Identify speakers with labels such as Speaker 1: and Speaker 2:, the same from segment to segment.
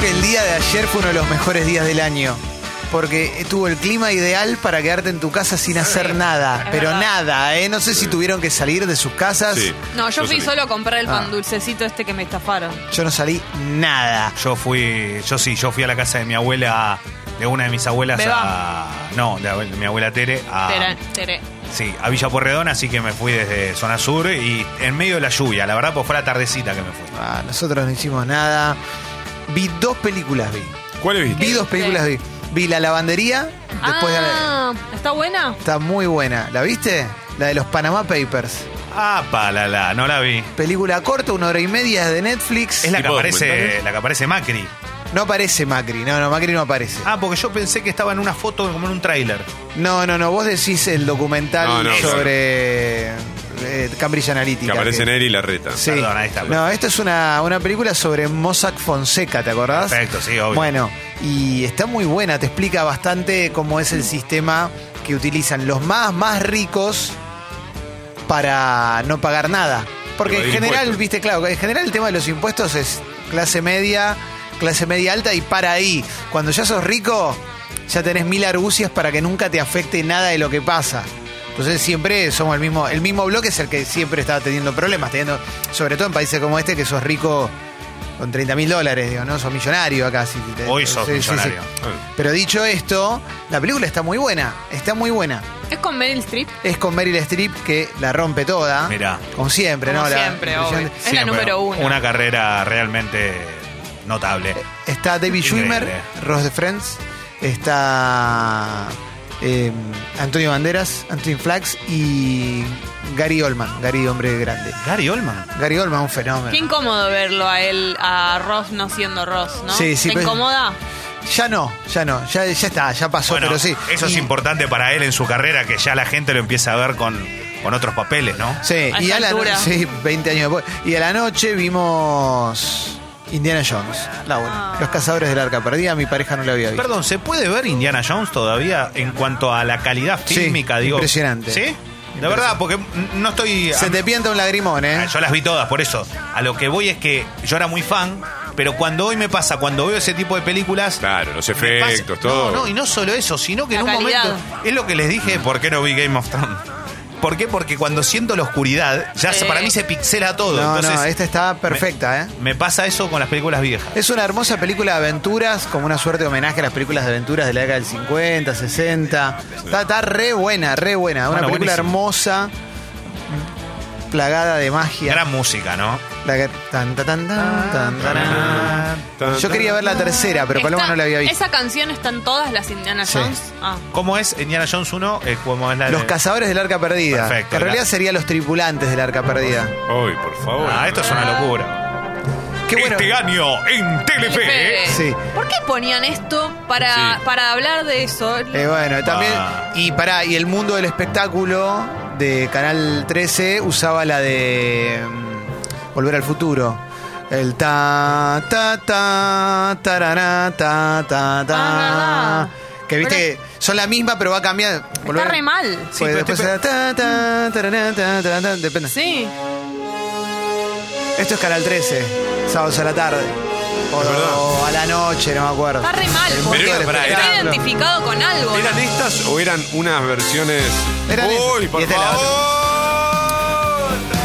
Speaker 1: el día de ayer fue uno de los mejores días del año. Porque tuvo el clima ideal para quedarte en tu casa sin hacer nada.
Speaker 2: es
Speaker 1: Pero
Speaker 2: verdad.
Speaker 1: nada, ¿eh? No sé si tuvieron que salir de sus casas.
Speaker 3: Sí.
Speaker 2: No, yo fui
Speaker 3: salí.
Speaker 2: solo a comprar el pan
Speaker 1: Ah.
Speaker 2: dulcecito este que me estafaron.
Speaker 1: Yo no salí nada.
Speaker 4: Yo fui, yo sí, yo fui a la casa de mi abuela, de una de mis abuelas a. No, de, abue- de mi abuela Tere
Speaker 1: Ah.
Speaker 4: a.
Speaker 2: Tere, tere.
Speaker 4: Sí, a Villa Porredón, así que me fui desde zona sur y en medio de la lluvia, la verdad, pues fue la tardecita que me fui.
Speaker 1: Ah, nosotros no hicimos nada. Vi dos películas, vi.
Speaker 3: ¿Cuál viste?
Speaker 1: Vi dos
Speaker 2: viste?
Speaker 1: películas, vi. Vi La Lavandería, después de la-
Speaker 2: ah, ¿está buena?
Speaker 1: Está muy buena. ¿La viste? La de los Panama Papers.
Speaker 4: Ah, palala, no la vi.
Speaker 1: Película corta, una hora y media de Netflix.
Speaker 4: Es la que
Speaker 3: ¿Tipo
Speaker 4: aparece,
Speaker 3: documental?
Speaker 4: la que aparece Macri.
Speaker 1: No aparece Macri, no, no, Macri no aparece.
Speaker 4: Ah, porque yo pensé que estaba en una foto como en un tráiler.
Speaker 1: No, no, no, vos decís el documental
Speaker 3: No, no,
Speaker 1: sobre eh, Cambridge Analytica.
Speaker 3: Que aparece
Speaker 1: que-
Speaker 3: Neri y la reta.
Speaker 1: Sí.
Speaker 4: Perdón, ahí está.
Speaker 1: No, esto es una, una película sobre Mossack Fonseca, ¿te acordás?
Speaker 4: Perfecto, sí, obvio.
Speaker 1: Bueno, y está muy buena, te explica bastante cómo es el sistema que utilizan los más, más ricos para no pagar nada. Porque
Speaker 3: Evadir
Speaker 1: en general,
Speaker 3: impuestos.
Speaker 1: viste, claro, en general el tema de los impuestos es clase media, clase media alta y para ahí. Cuando ya sos rico, ya tenés mil argucias para que nunca te afecte nada de lo que pasa. Entonces siempre somos el mismo, el mismo bloque es el que siempre está teniendo problemas, teniendo, sobre todo en países como este, que sos rico con 30 mil dólares, digo, ¿no? Sos millonario acá. Si te-
Speaker 4: Hoy sos
Speaker 1: sí, sí, sí.
Speaker 4: millonario.
Speaker 3: Ah,
Speaker 1: Pero dicho esto, la película está muy buena, está muy buena.
Speaker 2: ¿Es con Meryl Streep?
Speaker 1: Es con Meryl Streep que la rompe toda.
Speaker 4: Mirá.
Speaker 1: Como siempre,
Speaker 2: Como
Speaker 1: ¿no? La-
Speaker 2: siempre,
Speaker 1: impresionante.
Speaker 2: obvio. Es la número uno.
Speaker 4: Una carrera realmente notable.
Speaker 1: Está David
Speaker 4: Increíble.
Speaker 1: Schwimmer, Ross de Friends. Está eh, Antonio Banderas, Anthony Flax y Gary Oldman, Gary Hombre Grande.
Speaker 4: Gary Oldman.
Speaker 1: Gary Oldman, un fenómeno.
Speaker 2: Qué incómodo verlo a él, a Ross no siendo Ross, ¿no?
Speaker 1: Sí, pues, sí,
Speaker 2: ¿Te
Speaker 1: pero-
Speaker 2: incomoda?
Speaker 1: Ya no, ya no, ya, ya está, ya pasó,
Speaker 4: Bueno,
Speaker 1: pero sí.
Speaker 4: eso es
Speaker 1: Y-
Speaker 4: importante para él en su carrera, que ya la gente lo empieza a ver con, con otros papeles, ¿no?
Speaker 1: Sí,
Speaker 2: A
Speaker 1: y
Speaker 2: esa
Speaker 1: a la no-
Speaker 2: altura.
Speaker 1: sí, 20 años después. Y a la noche vimos Indiana Jones, la
Speaker 2: Ah.
Speaker 1: buena. Los cazadores del arca perdida, mi pareja no la había visto.
Speaker 4: Perdón, ¿se puede ver Indiana Jones todavía en cuanto a la calidad
Speaker 1: Sí,
Speaker 4: fílmica? digo?
Speaker 1: impresionante.
Speaker 4: ¿Sí? La verdad, porque no estoy...
Speaker 1: Se te pienta un lagrimón,
Speaker 4: Ah,
Speaker 1: ¿eh?
Speaker 4: Yo las vi todas, por eso. A lo que voy es que yo era muy fan, pero cuando hoy me pasa, cuando veo ese tipo de películas.
Speaker 3: Claro, los
Speaker 4: me pasa-
Speaker 3: efectos, todo.
Speaker 4: No, no, y no solo eso, sino que
Speaker 2: La
Speaker 4: en un
Speaker 2: calidad.
Speaker 4: momento. Es lo que les dije, ¿por qué no vi Game of Thrones? ¿Por qué? Porque cuando siento la oscuridad, ya
Speaker 2: Sí.
Speaker 4: se- para mí se pixela todo.
Speaker 1: No, este-
Speaker 4: Entonces,
Speaker 1: no, esta está perfecta, ¿eh?
Speaker 4: Me pasa eso con las películas viejas.
Speaker 1: Es una hermosa película de aventuras, como una suerte de homenaje a las películas de aventuras de la década del 50, 60. Está, está re buena, re buena. Una
Speaker 4: Bueno,
Speaker 1: película
Speaker 4: Ah, buenísimo.
Speaker 1: hermosa, plagada de magia.
Speaker 4: Gran música, ¿no?
Speaker 1: La que- tan, tan, tan, tan, tan, tan.
Speaker 3: tan,
Speaker 1: Yo quería ver la tercera, pero Paloma
Speaker 2: Está-
Speaker 1: no la había visto.
Speaker 2: ¿Esa canción está en todas las Indiana
Speaker 1: Sí.
Speaker 2: Jones? Ah.
Speaker 4: ¿Cómo es Indiana Jones 1? Eh, ¿Cómo es la
Speaker 1: Los
Speaker 4: de-
Speaker 1: cazadores del arca perdida.
Speaker 4: Perfecto,
Speaker 1: que en realidad
Speaker 4: gracias.
Speaker 1: serían los tripulantes del arca perdida.
Speaker 3: Ay, por favor.
Speaker 4: Ah, esto es una locura.
Speaker 1: Qué bueno.
Speaker 3: Este año en
Speaker 4: ¿eh?
Speaker 3: Telefe.
Speaker 2: Fede,
Speaker 1: ¿eh? Sí.
Speaker 2: ¿Por qué ponían esto para,
Speaker 3: Sí.
Speaker 2: para hablar de eso?
Speaker 1: Eh, bueno, también.
Speaker 4: Ah.
Speaker 1: Y pará, y el mundo del espectáculo de Canal 13 usaba la de mm, Volver al futuro. El ta ta ta tarará, ta ta ta.
Speaker 2: Ah, verdad.
Speaker 1: que viste
Speaker 2: Pero-
Speaker 1: que son la misma, pero va a cambiar.
Speaker 2: Está re mal.
Speaker 1: Pues
Speaker 4: Sí, pero este
Speaker 1: después
Speaker 4: estoy-
Speaker 1: era ta, ta, tarará, ta, ta, ta, depende.
Speaker 2: Sí.
Speaker 1: Esto es Canal 13, sábados a la tarde. O, o a la noche, no me acuerdo.
Speaker 2: Está re mal,
Speaker 1: El
Speaker 2: porque
Speaker 1: mundo del
Speaker 3: pará,
Speaker 2: Está
Speaker 3: era-
Speaker 1: espectáculo.
Speaker 2: identificado con algo. ¿no?
Speaker 3: ¿Eran estas o eran unas versiones?
Speaker 1: Eran
Speaker 3: Uy,
Speaker 1: esas.
Speaker 3: por
Speaker 1: Y esta es la
Speaker 3: favor.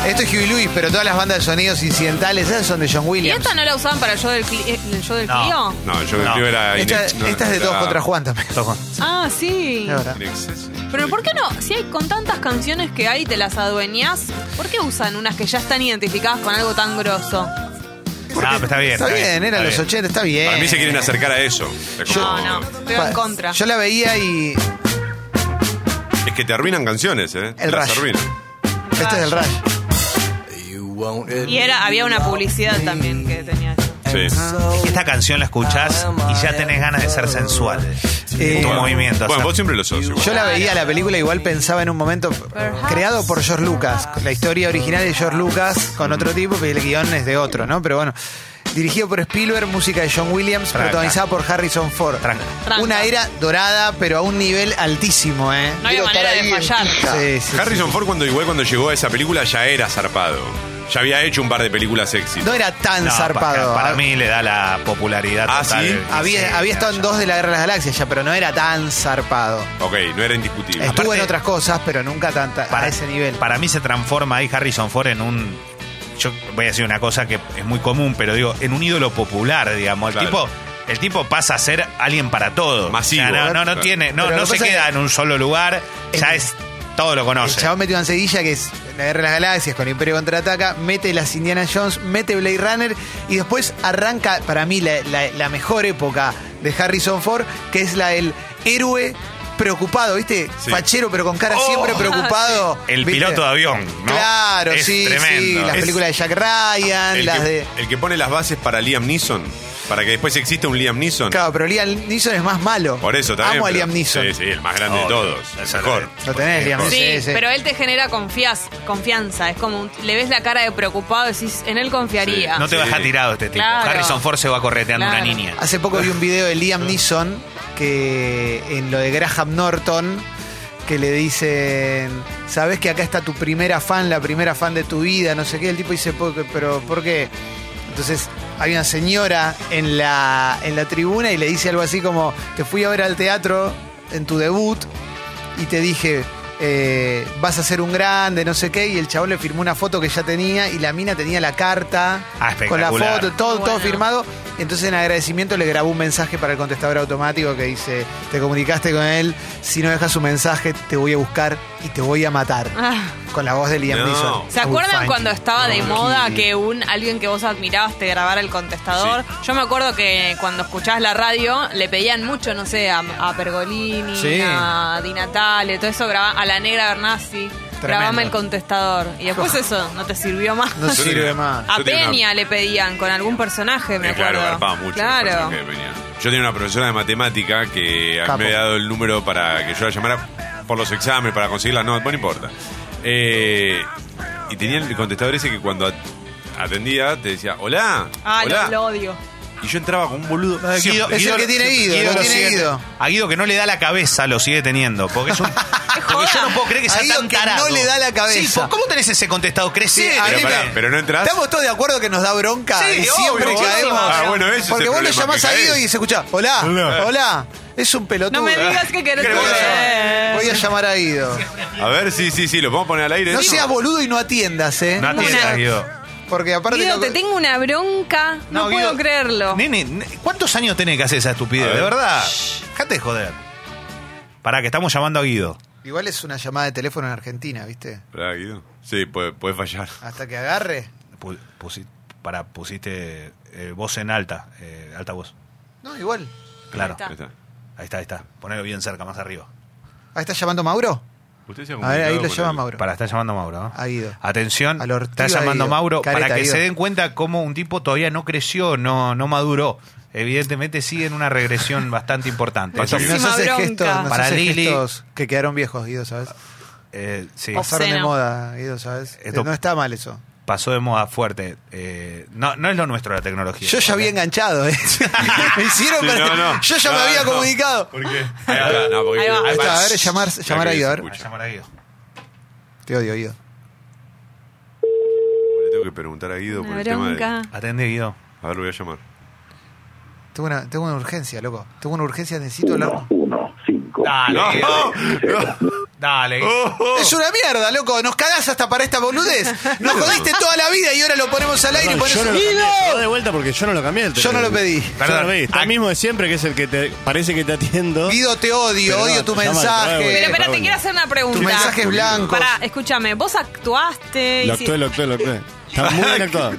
Speaker 1: Esto es Huey Lewis, pero todas las bandas de sonidos incidentales, esas son de John
Speaker 2: ¿Y
Speaker 1: Williams.
Speaker 2: esta no la usaban para el show del, cli- el show del
Speaker 4: No.
Speaker 2: Clio?
Speaker 3: No, yo
Speaker 4: No.
Speaker 3: no. era.
Speaker 1: Esta,
Speaker 3: inex- no,
Speaker 1: esta es de todos
Speaker 3: era-
Speaker 1: contra Juan también.
Speaker 4: Toco.
Speaker 2: Ah, sí.
Speaker 1: Es verdad.
Speaker 3: Inex-
Speaker 2: Pero ¿por qué no? Si hay con tantas canciones que hay, te las adueñas, ¿por qué usan unas que ya están identificadas con algo tan grosso?
Speaker 4: Ah, pero está bien.
Speaker 1: Está bien,
Speaker 4: era
Speaker 1: eran los 80, está bien.
Speaker 3: Para mí se quieren acercar a eso. Es
Speaker 1: Yo-
Speaker 3: como-
Speaker 2: No, no, estoy
Speaker 1: Pa-
Speaker 2: en contra.
Speaker 1: Yo la veía y.
Speaker 3: Es que te arruinan canciones, ¿eh?
Speaker 1: El
Speaker 3: Las
Speaker 1: Rush.
Speaker 3: arruinan.
Speaker 1: Este es el Rush.
Speaker 2: Y era, había una publicidad también que tenía.
Speaker 3: Sí.
Speaker 4: Esta canción la escuchás y ya tenés ganas de ser sensual.
Speaker 1: Eh,
Speaker 4: en tu movimiento.
Speaker 3: Bueno, vos siempre lo sos. igual.
Speaker 1: Yo la veía la película, igual pensaba en un momento creado por George Lucas. La historia original es de George Lucas con otro tipo, pero el guión es de otro, ¿no? Pero bueno. Dirigido por Spielberg, música de John Williams,
Speaker 4: Tranca.
Speaker 1: protagonizada por Harrison Ford.
Speaker 4: Tranca.
Speaker 2: Tranca.
Speaker 1: Una era dorada, pero a un nivel altísimo, ¿eh?
Speaker 2: No había
Speaker 1: Quiero estar
Speaker 2: manera de
Speaker 1: ahí en
Speaker 2: fallar.
Speaker 1: pista. Sí, sí, sí.
Speaker 3: Harrison Ford, cuando, igual cuando llegó a esa película, ya era zarpado. Ya había hecho un par de películas éxito.
Speaker 1: No era tan
Speaker 4: No, pa-
Speaker 1: zarpado.
Speaker 4: Para,
Speaker 1: Ah,
Speaker 4: mí le da la popularidad.
Speaker 3: Ah,
Speaker 4: total.
Speaker 3: ¿sí?
Speaker 1: Había,
Speaker 4: Sí,
Speaker 1: había estado
Speaker 4: ya,
Speaker 1: en
Speaker 4: ya.
Speaker 1: dos de la Guerra de las Galaxias ya, pero no era tan zarpado.
Speaker 3: Ok, no era indiscutible.
Speaker 1: Estuvo
Speaker 4: Aparte-
Speaker 1: en otras cosas, pero nunca tanta, a ese nivel.
Speaker 4: Para mí se transforma ahí Harrison Ford en un. Yo voy a decir una cosa que es muy común, pero digo, en un ídolo popular, digamos. El
Speaker 3: Claro.
Speaker 4: tipo. El tipo pasa a ser alguien para todo.
Speaker 3: Masivo.
Speaker 4: O sea, no, no, no
Speaker 3: Claro.
Speaker 4: tiene, no,
Speaker 1: Pero lo
Speaker 4: no
Speaker 1: que
Speaker 4: se
Speaker 1: pasa
Speaker 4: queda
Speaker 1: es-
Speaker 4: en un solo lugar. Ya
Speaker 1: El-
Speaker 4: es. Todo lo
Speaker 3: Ah,
Speaker 1: El
Speaker 4: conoce.
Speaker 1: chabón metió una sedilla que es la Guerra de las Galaxias con Imperio Contraataca, mete las Indiana Jones, mete Blade Runner y después arranca, para mí, la, la- la mejor época de Harrison Ford, que es la del héroe preocupado, ¿viste?
Speaker 3: Sí.
Speaker 1: Fachero, pero con cara
Speaker 4: Oh,
Speaker 1: siempre preocupado.
Speaker 4: El
Speaker 1: ¿viste?
Speaker 4: piloto de avión, ¿no?
Speaker 1: Claro,
Speaker 4: Es
Speaker 1: sí, sí.
Speaker 4: tremendo.
Speaker 1: Las
Speaker 4: Es-
Speaker 1: películas de Jack Ryan,
Speaker 3: el,
Speaker 1: las
Speaker 3: que,
Speaker 1: de.
Speaker 3: el que pone las bases para Liam Neeson. Para que después exista un Liam Neeson.
Speaker 1: Claro, pero Liam Neeson es más malo.
Speaker 3: Por eso también.
Speaker 1: Amo a
Speaker 3: pero-
Speaker 1: Liam Neeson.
Speaker 3: Sí, sí, el más grande de
Speaker 4: Oh,
Speaker 3: todos.
Speaker 4: es
Speaker 3: el mejor.
Speaker 4: verdad.
Speaker 1: Lo tenés, Liam Neeson.
Speaker 2: Sí,
Speaker 1: sí.
Speaker 2: pero él te genera confías, confianza. Es como un- le ves la cara de preocupado, decís, en él confiaría.
Speaker 3: Sí,
Speaker 4: No te
Speaker 3: Sí.
Speaker 4: baja tirado este tipo.
Speaker 2: Claro.
Speaker 4: Harrison Ford se va correteando
Speaker 2: Claro.
Speaker 4: una niña.
Speaker 1: Hace poco vi un video de Liam Neeson que en lo de Graham Norton que le dicen, sabes que acá está tu primera fan, la primera fan de tu vida, no sé qué, el tipo dice, "Po- pero ¿por qué? Entonces hay una señora en la, en la tribuna y le dice algo así como, te fui a ver al teatro en tu debut y te dije, eh, vas a ser un grande, no sé qué, y el chabón le firmó una foto que ya tenía y la mina tenía la carta
Speaker 4: Ah,
Speaker 1: con la
Speaker 4: espectacular.
Speaker 1: foto, todo, todo
Speaker 2: Bueno.
Speaker 1: firmado. Entonces en agradecimiento le grabó un mensaje para el contestador automático que dice, te comunicaste con él, si no dejas un mensaje te voy a buscar y te voy a matar.
Speaker 2: Ah.
Speaker 1: Con la voz de Liam
Speaker 3: No.
Speaker 1: Neeson.
Speaker 2: ¿Se
Speaker 1: I will
Speaker 2: acuerdan
Speaker 1: find
Speaker 2: cuando
Speaker 1: you.
Speaker 2: estaba de
Speaker 1: No,
Speaker 2: moda
Speaker 1: sí.
Speaker 2: que un alguien que vos admirabas te grabara el contestador? Yo me acuerdo que cuando escuchabas la radio le pedían mucho, no sé, a, a Pergolini,
Speaker 1: Sí.
Speaker 2: a Di Natale, todo eso, graba- a la negra Bernasi, grabame el contestador. Y después eso no te sirvió más.
Speaker 1: No
Speaker 3: Yo tenía-
Speaker 1: sirve más.
Speaker 2: a
Speaker 3: yo tenía una-
Speaker 2: Peña le pedían con algún personaje, me
Speaker 3: Eh, claro,
Speaker 2: acuerdo.
Speaker 3: garpaba mucho. el
Speaker 2: Claro.
Speaker 3: personaje de Peña. Yo tenía una profesora de matemática que a mí
Speaker 1: Capo.
Speaker 3: me había dado el número para que yo la llamara por los exámenes, para conseguir las notas, bueno, no importa. Eh, y tenía el contestador ese que cuando at- atendía te decía, hola,
Speaker 2: Ah,
Speaker 3: hola.
Speaker 2: lo, lo odio.
Speaker 3: Y yo entraba con un boludo.
Speaker 1: de
Speaker 3: siempre.
Speaker 1: Guido- es el que tiene Guido, lo
Speaker 4: lo
Speaker 1: tiene
Speaker 4: sigue-
Speaker 1: Guido.
Speaker 4: A Guido que no le da la cabeza lo sigue teniendo. Porque es un. porque yo no puedo creer que
Speaker 1: A
Speaker 4: sea
Speaker 1: Guido
Speaker 4: tan
Speaker 1: que no
Speaker 4: tarado.
Speaker 1: le da la cabeza.
Speaker 4: Sí, po- ¿cómo tenés ese contestado? Crecé.
Speaker 1: Sí, a
Speaker 3: pero,
Speaker 1: mí
Speaker 3: pará,
Speaker 1: me-
Speaker 3: pero no entras.
Speaker 1: Estamos todos de acuerdo que nos da bronca y
Speaker 4: Sí,
Speaker 1: siempre
Speaker 4: obvio,
Speaker 1: caemos.
Speaker 4: boludo.
Speaker 3: Ah, bueno, ese es el
Speaker 1: Porque vos le
Speaker 3: problema,
Speaker 1: llamás
Speaker 3: que
Speaker 1: a Guido
Speaker 3: caes.
Speaker 1: y se escucha, hola, hola,
Speaker 4: Hola.
Speaker 1: es un pelotudo.
Speaker 2: No me digas que querés
Speaker 3: Creo que
Speaker 2: volver.
Speaker 1: Voy a llamar a Guido.
Speaker 3: A ver, sí, sí, sí, lo podemos poner al aire.
Speaker 1: No
Speaker 3: Sí.
Speaker 1: seas boludo y no atiendas, ¿eh?
Speaker 4: No atiendas,
Speaker 2: Una-
Speaker 4: Guido.
Speaker 1: Porque aparte...
Speaker 2: Guido,
Speaker 1: lo-
Speaker 2: te tengo una bronca, no,
Speaker 4: Guido,
Speaker 2: puedo creerlo.
Speaker 4: Nene, ne- ¿cuántos años tenés que hacer esa
Speaker 3: A
Speaker 4: estupidez?
Speaker 3: ver.
Speaker 4: De verdad. Dejate de joder. Pará, que estamos llamando a Guido.
Speaker 1: Igual es una llamada de teléfono en Argentina, ¿viste?
Speaker 3: Pará, Guido. Sí, puede, puede fallar.
Speaker 1: Hasta que agarre.
Speaker 4: Pu- pusi- pará, pusiste eh, voz en alta. eh, alta voz.
Speaker 1: No, igual.
Speaker 4: Claro.
Speaker 2: Ahí
Speaker 3: Ahí está.
Speaker 4: Ahí está, ahí está. Ponelo bien cerca, más arriba.
Speaker 1: Ahí está Ah, llamando Mauro.
Speaker 3: Usted se ha
Speaker 1: A ver, ahí
Speaker 3: comunicado
Speaker 1: lo
Speaker 3: con
Speaker 1: llama
Speaker 3: el-
Speaker 1: Mauro.
Speaker 4: Para, está llamando Mauro. ¿no?
Speaker 1: A Guido.
Speaker 4: Atención,
Speaker 1: A lo ortiga
Speaker 4: está llamando
Speaker 1: Guido.
Speaker 4: Mauro
Speaker 1: Careta
Speaker 4: para que
Speaker 1: Guido.
Speaker 4: se den cuenta cómo un tipo todavía no creció, no, no maduró. Evidentemente sigue en una regresión bastante importante.
Speaker 3: Pasa
Speaker 4: Eso-
Speaker 3: que-
Speaker 1: Nos hace
Speaker 2: bronca.
Speaker 1: gestos, nos
Speaker 4: Para
Speaker 1: hace
Speaker 4: Lili.
Speaker 1: gestos que quedaron viejos, Guido, ¿sabes?
Speaker 4: eh, sí,
Speaker 2: Ojo.
Speaker 1: Pasaron de
Speaker 2: Obsceno.
Speaker 1: moda, Guido, ¿sabes?
Speaker 4: Esto-
Speaker 1: Eh, No está mal eso.
Speaker 4: pasó de moda fuerte. Eh, no, no es lo nuestro la tecnología.
Speaker 1: Yo ya había enganchado, ¿eh? me hicieron
Speaker 3: Sí,
Speaker 1: perder-
Speaker 3: no, no.
Speaker 1: Yo ya me
Speaker 3: No,
Speaker 1: había
Speaker 3: no.
Speaker 1: comunicado.
Speaker 3: ¿Por qué? Ahí va, no, porque-
Speaker 2: Ahí va.
Speaker 1: Ahí está, a ver, llamar,
Speaker 3: Ya
Speaker 1: llamar a
Speaker 3: que
Speaker 1: Guido, a
Speaker 3: se
Speaker 1: ver.
Speaker 4: A
Speaker 3: escucha.
Speaker 4: llamar a Guido.
Speaker 1: Te odio, Guido.
Speaker 3: Le tengo que preguntar a Guido por
Speaker 2: Una
Speaker 3: el tema de...
Speaker 2: bronca.
Speaker 4: Atende, Guido.
Speaker 3: A ver, lo voy a llamar.
Speaker 1: Tengo una, tengo una urgencia, loco. Tengo una urgencia, necesito hablar.
Speaker 5: 1, 5.
Speaker 4: Dale,
Speaker 3: No.
Speaker 4: Ah,
Speaker 3: Oh,
Speaker 4: Guido. Dale, Guido.
Speaker 1: Es una mierda, loco. Nos cagás hasta para esta boludez. Nos jodiste toda la vida y ahora lo ponemos al aire y
Speaker 6: Perdón,
Speaker 1: pones
Speaker 6: yo no lo
Speaker 1: un
Speaker 6: cambié,
Speaker 1: hilo.
Speaker 6: te lo de vuelta porque yo no lo cambié. el
Speaker 1: Yo no lo pedí.
Speaker 6: teléfono. Yo no lo pedí. Está
Speaker 4: Perdón.
Speaker 6: el mismo de siempre que es el que te parece que te atiendo.
Speaker 1: Guido, te odio,
Speaker 6: Pero no,
Speaker 1: odio tu
Speaker 6: llamá,
Speaker 1: mensaje.
Speaker 6: llamá,
Speaker 2: Pero,
Speaker 6: Eh,
Speaker 2: pero te
Speaker 6: Raúl.
Speaker 2: quiero hacer una pregunta.
Speaker 1: Tus mensajes blancos.
Speaker 2: Pará, escúchame, vos actuaste.
Speaker 6: Lo
Speaker 2: hici-
Speaker 6: actué, lo actué, lo actué. Está muy bien actuado.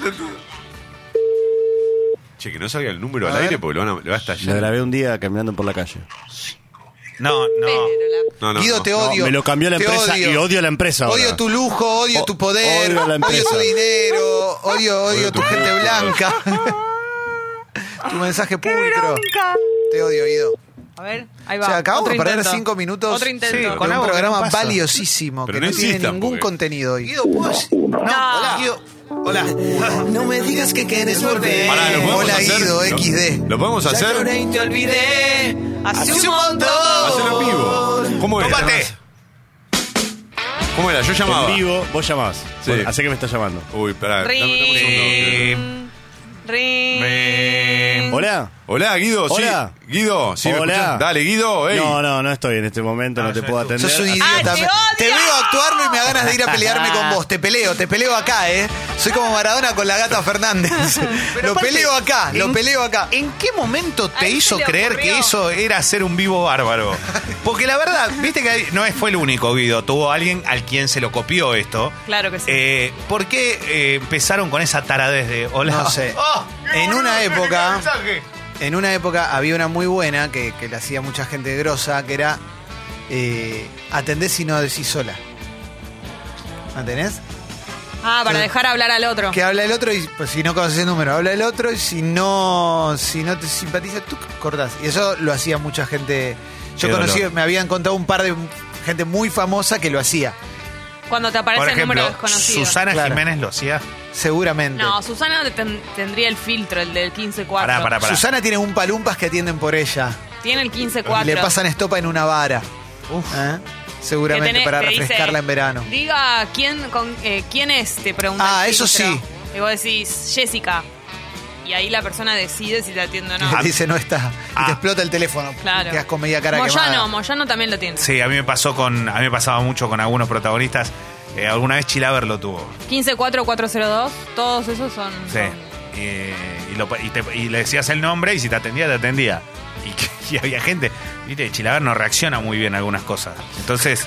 Speaker 3: Che, que no salga el número
Speaker 1: A
Speaker 3: al
Speaker 1: ver.
Speaker 3: aire porque lo van a, lo va a estallar.
Speaker 6: Lo grabé un día caminando por la calle.
Speaker 4: No, no.
Speaker 2: Pero la-
Speaker 3: No, no,
Speaker 1: Guido,
Speaker 3: no.
Speaker 1: te
Speaker 6: No,
Speaker 1: odio.
Speaker 6: me lo cambió la
Speaker 1: Te
Speaker 6: empresa
Speaker 1: odio.
Speaker 6: y odio a la empresa ahora.
Speaker 1: Odio tu lujo, odio
Speaker 6: O-
Speaker 1: tu poder,
Speaker 6: odio a la
Speaker 1: odio tu
Speaker 6: empresa.
Speaker 1: dinero, odio, odio
Speaker 3: Odio
Speaker 1: tu
Speaker 3: tu
Speaker 1: gente
Speaker 3: pulcro.
Speaker 1: blanca. tu mensaje pulcro. Te odio, Guido.
Speaker 2: A ver, ahí
Speaker 1: O
Speaker 2: va.
Speaker 1: sea, acabamos
Speaker 2: otro
Speaker 1: de perder
Speaker 2: intento.
Speaker 1: cinco minutos
Speaker 2: Otro intento.
Speaker 4: Sí,
Speaker 1: de
Speaker 4: con
Speaker 1: un
Speaker 4: algo que
Speaker 1: programa
Speaker 4: no pasa.
Speaker 1: valiosísimo
Speaker 3: Pero
Speaker 1: que no,
Speaker 3: no
Speaker 1: tiene
Speaker 3: insistan,
Speaker 1: ningún
Speaker 3: porque-
Speaker 1: contenido hoy.
Speaker 4: Guido, ¿puedo decir- No,
Speaker 2: No.
Speaker 4: Guido. Hola.
Speaker 7: No me digas que quieres volver.
Speaker 3: Pará, ¿lo podemos
Speaker 1: Hola,
Speaker 3: hacer?
Speaker 1: Guido,
Speaker 3: ¿Lo-
Speaker 1: XD.
Speaker 3: ¿Lo podemos
Speaker 7: Ya
Speaker 3: hacer?
Speaker 7: lloré y te olvidé. Hace,
Speaker 2: Hace
Speaker 7: un
Speaker 2: un
Speaker 7: montón.
Speaker 2: montón.
Speaker 3: Hacerlo en vivo. ¿Cómo es?
Speaker 4: Tómate.
Speaker 3: ¿Cómo era? Yo llamaba.
Speaker 6: En vivo, vos llamás.
Speaker 3: Sí.
Speaker 6: Bueno, así que me estás llamando.
Speaker 3: Uy, pará. dame- dame un segundo.
Speaker 2: Ring. Ring.
Speaker 4: Ring.
Speaker 6: Hola.
Speaker 3: Hola, Guido. sí.
Speaker 6: Hola.
Speaker 3: Guido, sí, me
Speaker 6: Hola.
Speaker 3: escuchás? Dale, Guido, ey.
Speaker 6: No, no, no estoy en este momento, no te puedo atender.
Speaker 1: Sos un
Speaker 6: Así-
Speaker 1: idiota.
Speaker 2: ¡Ah, te
Speaker 1: Me-
Speaker 2: odio!
Speaker 1: te veo actuarlo y me da ganas de ir a pelearme con vos. Te peleo, te peleo acá, ¿eh? Soy como Maradona con la gata Fernández.
Speaker 4: Pero
Speaker 1: lo
Speaker 4: aparte,
Speaker 1: peleo acá, lo
Speaker 4: ¿en-
Speaker 1: peleo acá.
Speaker 4: ¿En qué momento te
Speaker 2: Ahí se
Speaker 4: hizo
Speaker 2: le
Speaker 4: creer
Speaker 2: ocurrió.
Speaker 4: que eso era ser un vivo bárbaro? Porque la verdad, viste que hay- no es- fue el único, Guido. Tuvo alguien al quien se lo copió esto.
Speaker 2: Claro que sí.
Speaker 4: Eh, ¿Por qué eh, empezaron con esa taradez de hola?
Speaker 1: No sé.
Speaker 4: ¡Oh!
Speaker 1: En
Speaker 4: ¡Boludo,
Speaker 1: una
Speaker 4: que me
Speaker 1: época-
Speaker 4: llegó el mensaje!
Speaker 1: En una época había una muy buena que, que la hacía mucha gente grosa, que era eh, atendés y no decís sola. ¿Atendés?
Speaker 2: Ah, para
Speaker 1: Eh,
Speaker 2: dejar hablar al otro.
Speaker 1: Que habla el otro y pues, si no conoces el número, habla el otro y si no, si no te simpatiza, tú cortás. Y eso lo hacía mucha gente. Yo
Speaker 4: Qué
Speaker 1: conocí,
Speaker 4: dolor.
Speaker 1: me habían contado un par de gente muy famosa que lo hacía,
Speaker 2: Cuando te aparece
Speaker 4: Por
Speaker 2: el número
Speaker 4: ejemplo,
Speaker 2: desconocido.
Speaker 4: Susana
Speaker 1: Claro.
Speaker 4: Jiménez lo hacía.
Speaker 1: seguramente.
Speaker 2: No, Susana te- ten- tendría el filtro, el del 15-4.
Speaker 4: Pará, pará, pará.
Speaker 1: Susana tiene un palumpas que atienden por ella.
Speaker 2: Tiene el
Speaker 1: Y le
Speaker 2: 15-4.
Speaker 1: pasan estopa en una vara. ¿Eh?
Speaker 2: Que
Speaker 1: Seguramente
Speaker 2: tenés-
Speaker 1: para
Speaker 2: te dice,
Speaker 1: refrescarla en verano.
Speaker 2: Diga quién, con, eh, quién es, te pregunta.
Speaker 1: Ah,
Speaker 2: el
Speaker 1: eso
Speaker 2: filtro.
Speaker 1: sí.
Speaker 2: Y vos decís, Jessica. Y ahí la persona decide si te atiende o no.
Speaker 1: Y te dice no está. Y
Speaker 4: Ah.
Speaker 1: te explota el teléfono.
Speaker 2: Claro.
Speaker 1: Quedas con media cara
Speaker 2: Moyano,
Speaker 1: quemada.
Speaker 2: Moyano también lo tiene.
Speaker 4: Sí, a mí me pasó con. A mí me pasaba mucho con algunos protagonistas. Eh, alguna vez Chilaver lo tuvo.
Speaker 2: 15-4-402, todos esos son.
Speaker 4: Sí. Eh, y, lo- y te- y le decías el nombre y si te atendía, te atendía. Y, que- y había gente. Viste, Chilaver no reacciona muy bien a algunas cosas. Entonces.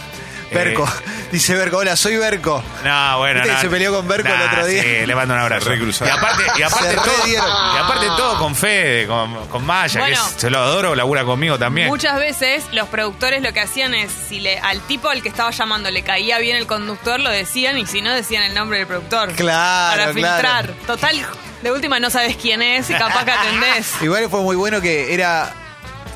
Speaker 4: eh,
Speaker 1: Berco. Dice Berco, hola, soy Berco.
Speaker 4: no, bueno,
Speaker 1: Viste que
Speaker 4: no.
Speaker 1: se peleó con Berco el otro día.
Speaker 4: sí, le mando un abrazo.
Speaker 3: Se recruzaron.
Speaker 4: Y aparte, y aparte
Speaker 1: Se
Speaker 4: todo,
Speaker 1: redieron.
Speaker 4: y aparte todo con Fede, con, con Maya,
Speaker 2: Bueno.
Speaker 4: que es- se lo adoro, labura conmigo también.
Speaker 2: Muchas veces los productores lo que hacían es, si le, al tipo al que estaba llamando le caía bien el conductor, lo decían y si no decían el nombre del productor.
Speaker 1: Claro,
Speaker 2: Para filtrar.
Speaker 1: claro.
Speaker 2: Total, de última no sabes quién es y capaz que atendés.
Speaker 1: Igual fue muy bueno que era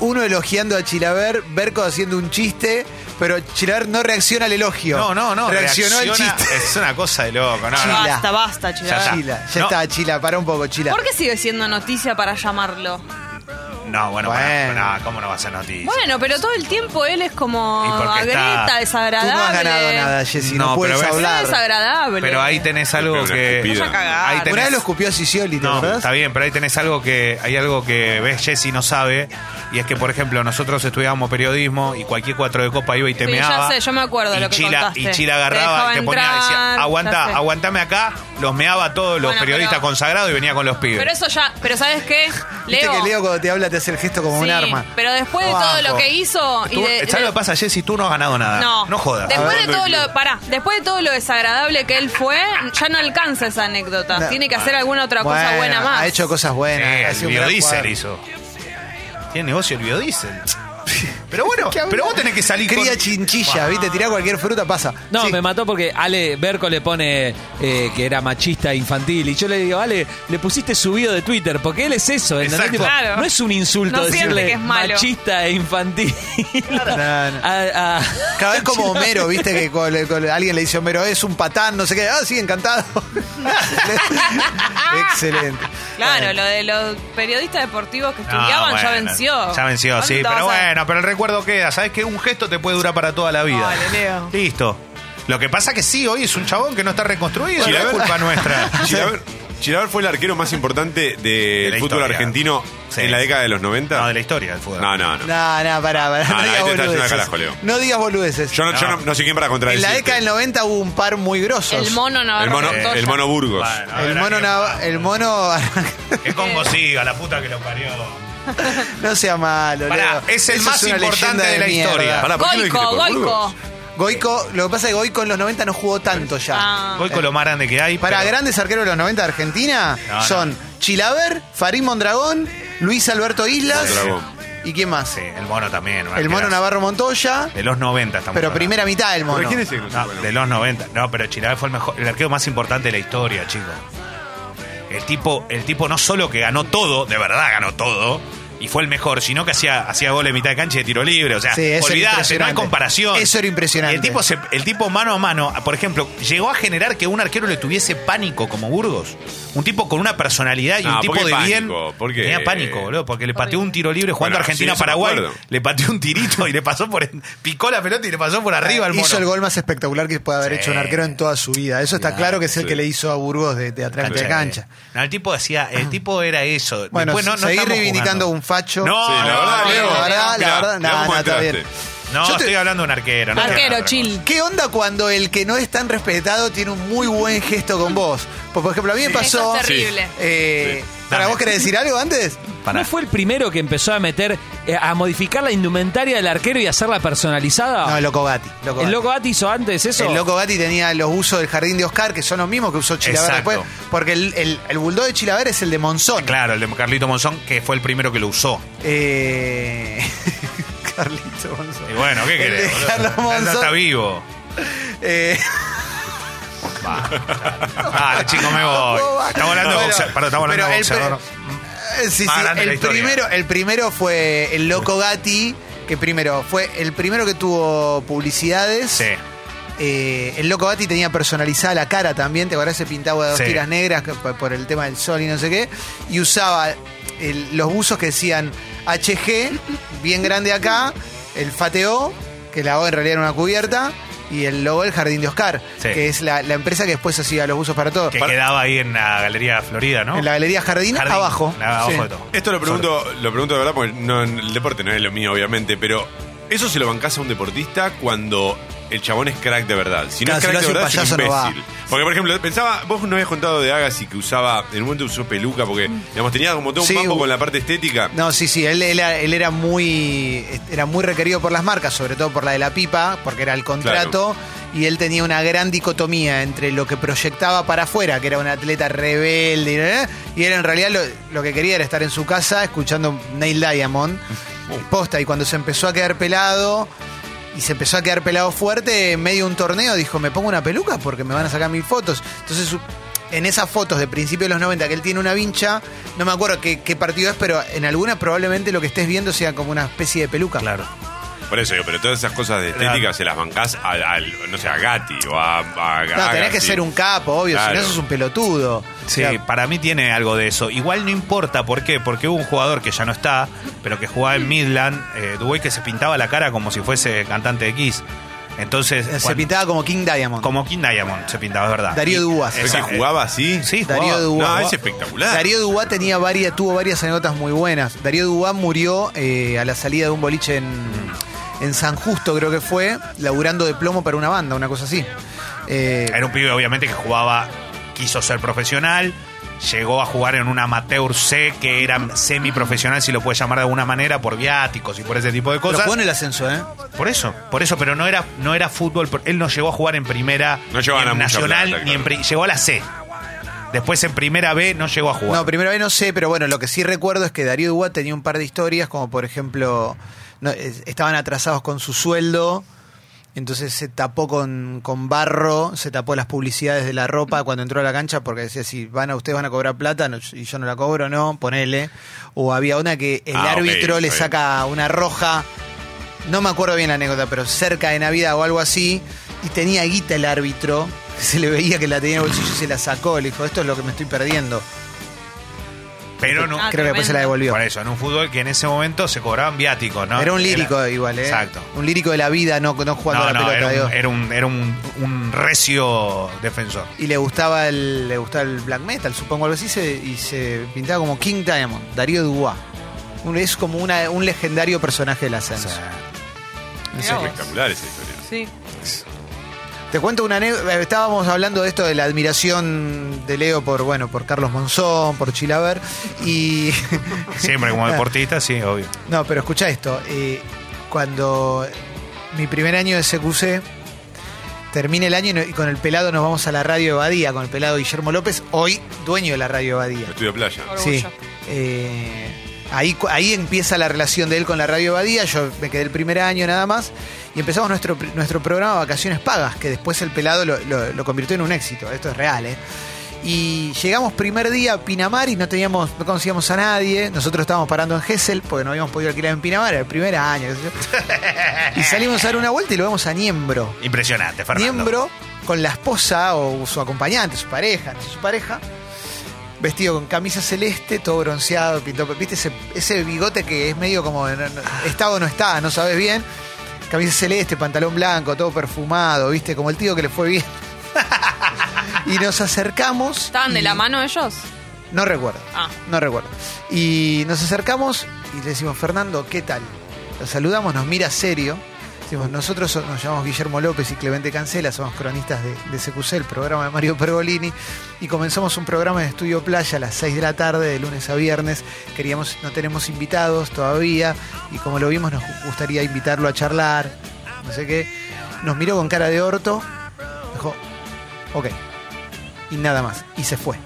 Speaker 1: uno elogiando a Chilaver, Berco haciendo un chiste, pero Chilaver no reacciona al elogio.
Speaker 4: no, no, no.
Speaker 1: Reaccionó
Speaker 4: reacciona-
Speaker 1: al chiste.
Speaker 4: Es una cosa de loco, no, no.
Speaker 1: Chila.
Speaker 2: Basta, basta, chicos.
Speaker 4: Ya está.
Speaker 1: Chila, ya
Speaker 4: No.
Speaker 1: está, Chila, para un poco, Chila.
Speaker 2: ¿Por qué sigue siendo noticia para llamarlo?
Speaker 4: No, bueno, pará,
Speaker 1: Bueno.
Speaker 4: no, ¿cómo no va a ser noticia?
Speaker 2: Bueno, pero todo el tiempo él es como
Speaker 4: Y porque está-
Speaker 2: agreta,
Speaker 1: Tú
Speaker 2: desagradable.
Speaker 1: no has ganado nada, Jessy, no,
Speaker 4: No,
Speaker 1: puedes
Speaker 4: pero ves-
Speaker 2: No,
Speaker 1: hablar.
Speaker 2: desagradable.
Speaker 4: Pero ahí tenés algo
Speaker 3: Pero una
Speaker 4: que.
Speaker 3: escupida.
Speaker 2: Vaya a cagar.
Speaker 4: Ahí tenés-
Speaker 1: Una vez lo escupió a Sicioli, ¿te
Speaker 4: No,
Speaker 1: acordás?
Speaker 4: está bien, pero ahí tenés algo que. Hay algo que ves Jessy no sabe. Y es que, por ejemplo, nosotros estudiábamos periodismo y cualquier cuatro de copa iba y te
Speaker 2: Sí, ya
Speaker 4: meaba.
Speaker 2: sé, yo me acuerdo
Speaker 4: y
Speaker 2: lo que
Speaker 4: Chila,
Speaker 2: contaste.
Speaker 4: Y Chila
Speaker 2: Te
Speaker 4: agarraba
Speaker 2: dejaba
Speaker 4: y te ponía
Speaker 2: entrar,
Speaker 4: decía,
Speaker 2: ya sé.
Speaker 4: aguantá, aguantame acá. Los meaba a todos los
Speaker 2: Bueno,
Speaker 4: periodistas
Speaker 2: pero-
Speaker 4: consagrados y venía con los pibes.
Speaker 2: Pero eso ya, pero ¿sabes qué?
Speaker 1: Viste
Speaker 2: Leo.
Speaker 1: que Leo cuando te habla te hace el gesto como un
Speaker 2: Sí,
Speaker 1: arma.
Speaker 2: Pero después de
Speaker 1: Abajo.
Speaker 2: todo lo que hizo y
Speaker 4: Tú-
Speaker 2: de-
Speaker 4: ¿Sabes
Speaker 2: de-
Speaker 4: lo que pasa, Jessy? Tú no has ganado nada.
Speaker 2: No,
Speaker 4: No jodas.
Speaker 2: Después de
Speaker 3: ¿dónde
Speaker 2: todo
Speaker 3: vive?
Speaker 2: lo, pará, después de todo lo desagradable que él fue, ya no alcanza esa anécdota.
Speaker 1: No.
Speaker 2: Tiene que hacer alguna otra cosa
Speaker 1: Bueno,
Speaker 2: buena más.
Speaker 1: Ha hecho cosas buenas.
Speaker 4: Eh,
Speaker 1: ha
Speaker 4: el
Speaker 1: sido un gran
Speaker 4: biodiesel
Speaker 1: jugador.
Speaker 4: hizo. Tiene negocio el biodiesel. Pero bueno,
Speaker 1: ¿Qué habla?
Speaker 4: pero vos tenés que salir con-
Speaker 1: Cría chinchilla, ¿viste? Tirá cualquier fruta, pasa.
Speaker 5: No,
Speaker 1: Sí.
Speaker 5: me mató porque Ale Berco le pone eh, que era machista infantil. Y yo le digo, Ale, le pusiste subido de Twitter, porque él es eso, ¿entendés?
Speaker 4: Exacto.
Speaker 5: Tipo,
Speaker 2: Claro.
Speaker 5: No es un insulto
Speaker 2: No siente que
Speaker 5: decirle
Speaker 2: es malo.
Speaker 5: machista e infantil.
Speaker 1: No, no.
Speaker 5: A- a-
Speaker 1: Cada vez como Homero, viste que con- con- alguien le dice Homero es un patán, no sé qué. Ah, sí, encantado. Excelente.
Speaker 2: Claro, lo de los periodistas deportivos que
Speaker 4: No,
Speaker 2: estudiaban ya
Speaker 4: Ah, bueno,
Speaker 2: venció.
Speaker 4: Ya venció, sí.
Speaker 2: ¿Cuánto
Speaker 4: Pero
Speaker 2: vas a-
Speaker 4: bueno, pero el recuerdo queda. Sabes que un gesto te puede durar para toda la vida.
Speaker 2: Vale, Leo.
Speaker 4: Listo. Lo que pasa que sí, hoy es un chabón que no está reconstruido. y la culpa nuestra.
Speaker 3: Chilaver, Chilaver fue el arquero más importante del
Speaker 4: la
Speaker 3: fútbol
Speaker 4: historia.
Speaker 3: argentino
Speaker 4: Sí.
Speaker 3: en la década de los 90.
Speaker 4: No, de la historia del fútbol.
Speaker 3: No, no,
Speaker 1: No,
Speaker 3: no.
Speaker 1: no, pará, pará.
Speaker 3: No, no,
Speaker 1: No,
Speaker 3: ahí
Speaker 1: digas
Speaker 3: te estás yendo al
Speaker 1: boludeces.
Speaker 3: carajo, Leo.
Speaker 1: No digas boludeces.
Speaker 3: Yo, no, yo
Speaker 4: No.
Speaker 3: no- no sé quién para
Speaker 1: en
Speaker 3: contradecir.
Speaker 1: la década del 90 hubo un par muy grosos.
Speaker 2: El mono
Speaker 3: El
Speaker 2: Navarro
Speaker 3: mono,
Speaker 2: Montoya.
Speaker 3: el mono Burgos.
Speaker 4: Bueno, a
Speaker 1: El
Speaker 4: ver,
Speaker 1: mono,
Speaker 4: que-
Speaker 1: Nav- el mono
Speaker 4: Que Congo siga, la puta que lo parió.
Speaker 1: no sea malo.
Speaker 4: Pará,
Speaker 1: Leo.
Speaker 4: es el
Speaker 1: Eso
Speaker 4: más
Speaker 1: una
Speaker 4: importante
Speaker 1: leyenda
Speaker 4: de la
Speaker 1: mierda.
Speaker 4: historia.
Speaker 3: Pará, Ah, ¿por qué lo dijiste
Speaker 2: Goico,
Speaker 3: por
Speaker 2: Goico.
Speaker 3: Burgos?
Speaker 1: Goico, lo que pasa es que Goico en los 90 no jugó tanto ya.
Speaker 2: Ah.
Speaker 4: Voy con lo más grande que hay.
Speaker 1: Para
Speaker 4: pero-
Speaker 1: grandes arqueros de los 90 de Argentina
Speaker 4: No, no.
Speaker 1: son Chilaver, Farid Mondragón, Luis Alberto Islas.
Speaker 3: Mondragón.
Speaker 1: ¿Y quién más?
Speaker 4: Sí, el mono también. un
Speaker 1: el mono
Speaker 4: arquerazo.
Speaker 1: Navarro Montoya,
Speaker 4: De los 90 estamos
Speaker 1: pero
Speaker 4: hablando.
Speaker 1: primera mitad del mono.
Speaker 3: ¿Pero quién es el que
Speaker 4: No, de los 90. No, pero Chilaver fue el mejor, el arquero más importante de la historia, chicos. El tipo, el tipo no solo que ganó todo, de verdad ganó todo, y fue el mejor, sino que hacía, hacía gol en mitad de cancha y de tiro libre. O sea,
Speaker 1: Sí, eso era
Speaker 4: olvidate, no hay
Speaker 1: impresionante.
Speaker 4: comparación.
Speaker 1: Eso era impresionante.
Speaker 4: El tipo, se- el tipo mano a mano, por ejemplo, llegó a generar que un arquero le tuviese pánico como Burgos. Un tipo con una personalidad y
Speaker 3: Ah,
Speaker 4: un
Speaker 3: ¿por
Speaker 4: tipo
Speaker 3: qué
Speaker 4: de
Speaker 3: pánico?
Speaker 4: bien.
Speaker 3: ¿Por qué?
Speaker 4: Tenía pánico, boludo, porque le pateó un tiro libre jugando
Speaker 3: Bueno, sí, eso me
Speaker 4: Argentina-Paraguay.
Speaker 3: acuerdo.
Speaker 4: le pateó un tirito y le pasó por. en- Picó la pelota y le pasó por arriba al mono.
Speaker 1: Hizo el gol más espectacular que puede haber
Speaker 4: Sí.
Speaker 1: hecho un arquero en toda su vida. Eso está claro que es el
Speaker 3: Sí.
Speaker 1: que le hizo a Burgos de, de atrás de la cancha. Ah.
Speaker 4: No, el tipo hacía, el tipo era eso.
Speaker 1: Bueno,
Speaker 4: Después no, no
Speaker 1: seguir
Speaker 4: estamos
Speaker 1: reivindicando
Speaker 4: jugando.
Speaker 1: un facho.
Speaker 4: No,
Speaker 3: Sí, la
Speaker 4: no,
Speaker 3: verdad,
Speaker 4: no,
Speaker 3: Leo.
Speaker 4: no,
Speaker 1: Ah, La verdad,
Speaker 3: mirá,
Speaker 1: la verdad,
Speaker 3: mirá
Speaker 1: no,
Speaker 3: cómo
Speaker 1: no, está
Speaker 3: entraste.
Speaker 1: bien.
Speaker 4: No,
Speaker 1: Yo te-
Speaker 4: estoy hablando de un arquero. no estoy hablando de
Speaker 2: Arquero,
Speaker 4: otra
Speaker 2: chill.
Speaker 1: ¿Qué onda cuando el que no es tan respetado tiene un muy buen gesto con vos? Pues, por ejemplo, a mí me pasó.
Speaker 2: Eso es terrible.
Speaker 1: eh, ¿Para
Speaker 4: Dame.
Speaker 1: vos querés decir algo antes?
Speaker 4: cosa.
Speaker 5: ¿No
Speaker 4: Pará.
Speaker 5: fue el primero que empezó a meter, eh, a modificar la indumentaria del arquero y hacerla personalizada?
Speaker 1: No, el Loco Gatti.
Speaker 5: ¿El Loco Gatti hizo antes eso?
Speaker 1: El Loco Gatti tenía los usos del jardín de Oscar, que son los mismos que usó Chilaver
Speaker 4: Exacto.
Speaker 1: después. Porque el, el, el bulldog de Chilaver es el de Monzón.
Speaker 4: Claro, el de Carlito Monzón, que fue el primero que lo usó.
Speaker 1: Eh, Carlito Monzón.
Speaker 4: Y bueno, ¿qué
Speaker 1: El de
Speaker 4: querés? boludo?
Speaker 1: Carlos
Speaker 4: No, no
Speaker 1: Monzón.
Speaker 4: está vivo.
Speaker 1: Eh,
Speaker 4: Ah, chico, me voy.
Speaker 1: No, va.
Speaker 4: Estamos hablando de
Speaker 1: Bueno,
Speaker 4: boxeador. Perdón, estamos hablando de
Speaker 1: pero el
Speaker 4: boxeador.
Speaker 1: Eh, Sí,
Speaker 4: Más
Speaker 1: sí,
Speaker 4: grande de la
Speaker 1: el
Speaker 4: historia.
Speaker 1: primero, el primero fue el Loco Gatti, que primero fue el primero que tuvo publicidades.
Speaker 4: Sí.
Speaker 1: Eh, el Loco Gatti tenía personalizada la cara también, te acordás, se pintaba de dos
Speaker 4: Sí.
Speaker 1: tiras negras que- por por el tema del sol y no sé qué. Y usaba el- los buzos que decían HG, bien grande acá, el Fateo, que la O en realidad era una cubierta, y el logo del Jardín de Oscar,
Speaker 4: Sí.
Speaker 1: que es la, la empresa que después hacía los buzos para todo.
Speaker 4: Que
Speaker 1: Para-
Speaker 4: quedaba ahí en la Galería Florida, ¿no?
Speaker 1: En la galería Jardín,
Speaker 4: Jardín,
Speaker 1: abajo.
Speaker 4: la- Abajo
Speaker 1: Sí.
Speaker 4: de todo.
Speaker 3: Esto lo pregunto, lo pregunto de verdad porque no, el deporte no es lo mío, obviamente, pero eso se lo bancás a un deportista cuando el chabón es crack de verdad. Si no
Speaker 1: Claro,
Speaker 3: es
Speaker 1: si
Speaker 3: crack de
Speaker 1: lo
Speaker 3: verdad,
Speaker 1: hace
Speaker 3: es
Speaker 1: un
Speaker 3: un
Speaker 1: payaso, no
Speaker 3: imbécil. porque, por ejemplo, pensaba, vos no habías contado de Agassi que usaba, en un momento usó peluca, porque, digamos, tenía como todo un
Speaker 1: Mm. Sí,
Speaker 3: mambo
Speaker 1: u-
Speaker 3: con la parte estética.
Speaker 1: No, sí, sí, él, él- él era muy era muy requerido por las marcas, sobre todo por la de la pipa, porque era el contrato y él tenía una gran dicotomía entre lo que proyectaba para afuera, que era un atleta rebelde, y ¿eh? y él en realidad lo, lo que quería era estar en su casa escuchando Neil Diamond, posta, y cuando se empezó a quedar pelado y se empezó a quedar pelado fuerte, en medio de un torneo dijo, me pongo una peluca porque me van a sacar mis fotos. Entonces, su- en esas fotos de principios de los 90, que él tiene una vincha, no me acuerdo qué, qué partido es, pero en algunas probablemente lo que estés viendo sea como una especie de peluca.
Speaker 4: Claro.
Speaker 3: Por eso digo, pero todas esas cosas de estética
Speaker 4: Claro.
Speaker 3: se las bancás al, al- no sé, a Gatti o a, a
Speaker 1: No,
Speaker 3: Agassi.
Speaker 1: tenés que ser un capo, obvio, si
Speaker 3: Claro.
Speaker 1: no sos un pelotudo.
Speaker 4: Sí,
Speaker 1: O sea,
Speaker 4: para mí tiene algo de eso. Igual no importa, ¿por qué? Porque hubo un jugador que ya no está, pero que jugaba en Midland, eh, Dubois, que se pintaba la cara como si fuese cantante de Kiss. Entonces,
Speaker 1: se
Speaker 4: cuan-
Speaker 1: pintaba como King Diamond.
Speaker 4: como King Diamond se pintaba, es verdad.
Speaker 1: Darío Dubois.
Speaker 3: ¿Ves que jugaba así?
Speaker 4: Sí, jugaba.
Speaker 1: Darío Dubois.
Speaker 3: No, es espectacular.
Speaker 1: Darío Dubois tenía varias, tuvo varias anécdotas muy buenas. Darío Dubois murió eh, a la salida de un boliche en, en San Justo, creo que fue, laburando de plomo para una banda, una cosa así. Eh,
Speaker 4: Era un pibe, obviamente, que jugaba, quiso ser profesional, llegó a jugar en un amateur C, que era semiprofesional, si lo puedes llamar de alguna manera, por viáticos y por ese tipo de
Speaker 1: pero
Speaker 4: cosas.
Speaker 1: jugó en el ascenso, ¿eh?
Speaker 4: Por eso, por eso, pero no era, no era fútbol. pro- Él no llegó a jugar en primera
Speaker 3: No llegó a
Speaker 4: ni en
Speaker 3: ganar mucha
Speaker 4: nacional,
Speaker 3: plata,
Speaker 4: ni en
Speaker 3: claro.
Speaker 4: pri- llegó a la C. Después en primera B no llegó a jugar.
Speaker 1: No, primera vez no sé, pero bueno, lo que sí recuerdo es que Darío Dubois tenía un par de historias, como por ejemplo, no, es- estaban atrasados con su sueldo, entonces se tapó con, con barro, se tapó las publicidades de la ropa cuando entró a la cancha, porque decía, si van a ustedes van a cobrar plata no, y yo no la cobro, no, ponele. O había una que el
Speaker 3: Ah, ok,
Speaker 1: árbitro le
Speaker 3: está bien.
Speaker 1: saca una roja, no me acuerdo bien la anécdota, pero cerca de Navidad o algo así, y tenía guita el árbitro. Se le veía que la tenía en el bolsillo y se la sacó. Le dijo, esto es lo que me estoy perdiendo.
Speaker 4: pero no.
Speaker 2: Ah,
Speaker 1: Creo que después se la devolvió.
Speaker 4: Por eso, en un fútbol que en ese momento se cobraban viáticos, ¿no?
Speaker 1: Era un lírico igual, ¿eh?
Speaker 4: Exacto.
Speaker 1: Un lírico de la vida, no, no jugando
Speaker 4: No,
Speaker 1: a la
Speaker 4: no,
Speaker 1: pelota.
Speaker 4: era,
Speaker 1: digo.
Speaker 4: un, era, un, era un- un recio defensor.
Speaker 1: Y le gustaba el, le gustaba el black metal, supongo algo así, se- y se pintaba como King Diamond, Darío Dubois. Un- Es como una- un legendario personaje del ascenso.
Speaker 3: Es
Speaker 2: Mirá vos.
Speaker 3: espectacular esa historia.
Speaker 2: Sí.
Speaker 1: Te cuento una anécdota. Estábamos hablando de esto de la admiración de Leo por, bueno, por Carlos Monzón, por Chilaver. Y.
Speaker 4: Siempre como deportista, sí, obvio.
Speaker 1: No, pero escucha esto. eh, cuando mi primer año de CQC termina el año y no- y con el pelado nos vamos a la radio Badía, con el pelado Guillermo López, hoy dueño de la radio Badía.
Speaker 3: Estudio playa.
Speaker 2: Orgullo.
Speaker 1: Sí. Eh, ahí, cu- ahí empieza la relación de él con la Radio Badía. Yo me quedé el primer año nada más. Y empezamos nuestro, nuestro programa Vacaciones Pagas, que después el pelado lo, lo- lo convirtió en un éxito. Esto es real, ¿eh? Y llegamos primer día a Pinamar y no teníamos, no conocíamos a nadie. Nosotros estábamos parando en Gessel porque no habíamos podido alquilar en Pinamar, era el primer año. qué sé yo. Y salimos a dar una vuelta y lo vemos a Niembro.
Speaker 4: Impresionante, Fernando.
Speaker 1: Niembro con la esposa o su acompañante, su pareja, no sé, su pareja, vestido con camisa celeste, todo bronceado, pintó, viste ese, ese bigote que es medio como no- no- está o no está, no sabes bien. Camisa celeste, pantalón blanco, todo perfumado, viste, como el tío que le fue bien. y nos acercamos.
Speaker 2: ¿Estaban de
Speaker 1: y-
Speaker 3: Mm.
Speaker 2: la mano ellos?
Speaker 1: No recuerdo.
Speaker 2: Ah.
Speaker 1: No recuerdo. Y nos acercamos y le decimos, Fernando, ¿qué tal? Lo saludamos, nos mira serio. Decimos, nosotros so- nos llamamos Guillermo López y Clemente Cancela, somos cronistas de, de CQC, el programa de Mario Pergolini, y comenzamos un programa de Estudio Playa a las 6 de la tarde, de lunes a viernes. Queríamos, no tenemos invitados todavía, y como lo vimos, nos gustaría invitarlo a charlar, no sé qué. Nos miró con cara de orto, dijo, ok, y nada más, y se fue.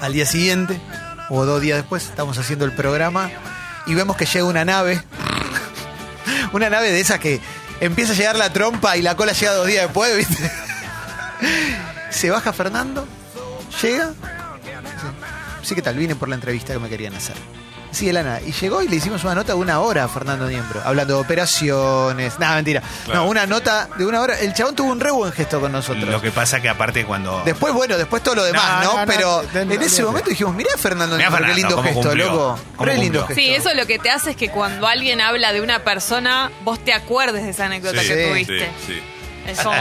Speaker 1: Al día siguiente, o dos días después, estamos haciendo el programa y vemos que llega una nave. una nave de esas que empieza a llegar la trompa y la cola llega dos días después, ¿viste? Se baja Fernando, llega. dice, Sí, ¿qué tal? Vine por la entrevista que me querían hacer. Sí, de la nada. Y llegó y le hicimos una nota de una hora a Fernando Niembro, hablando de operaciones. Nada, mentira.
Speaker 3: Claro.
Speaker 1: No, una nota de una hora. El chabón tuvo un re buen gesto con nosotros.
Speaker 4: Lo que pasa que aparte cuando...
Speaker 1: Después, bueno, después todo lo demás, ¿no?
Speaker 6: No, no, no,
Speaker 1: Pero
Speaker 6: no, no,
Speaker 1: en ese
Speaker 6: no,
Speaker 1: momento dijimos, mirá Fernando,
Speaker 4: Mirá,
Speaker 1: Niembro, qué
Speaker 4: Fernando,
Speaker 1: lindo
Speaker 4: cómo
Speaker 1: gesto,
Speaker 4: cumplió.
Speaker 1: loco.
Speaker 4: Cómo
Speaker 1: Re lindo gesto.
Speaker 4: cumplió.
Speaker 2: Sí, eso lo que te hace es que cuando alguien habla de una persona, vos te acuerdes de esa anécdota
Speaker 3: Sí,
Speaker 2: que
Speaker 1: sí,
Speaker 2: tuviste.
Speaker 3: sí, sí.
Speaker 2: Es como...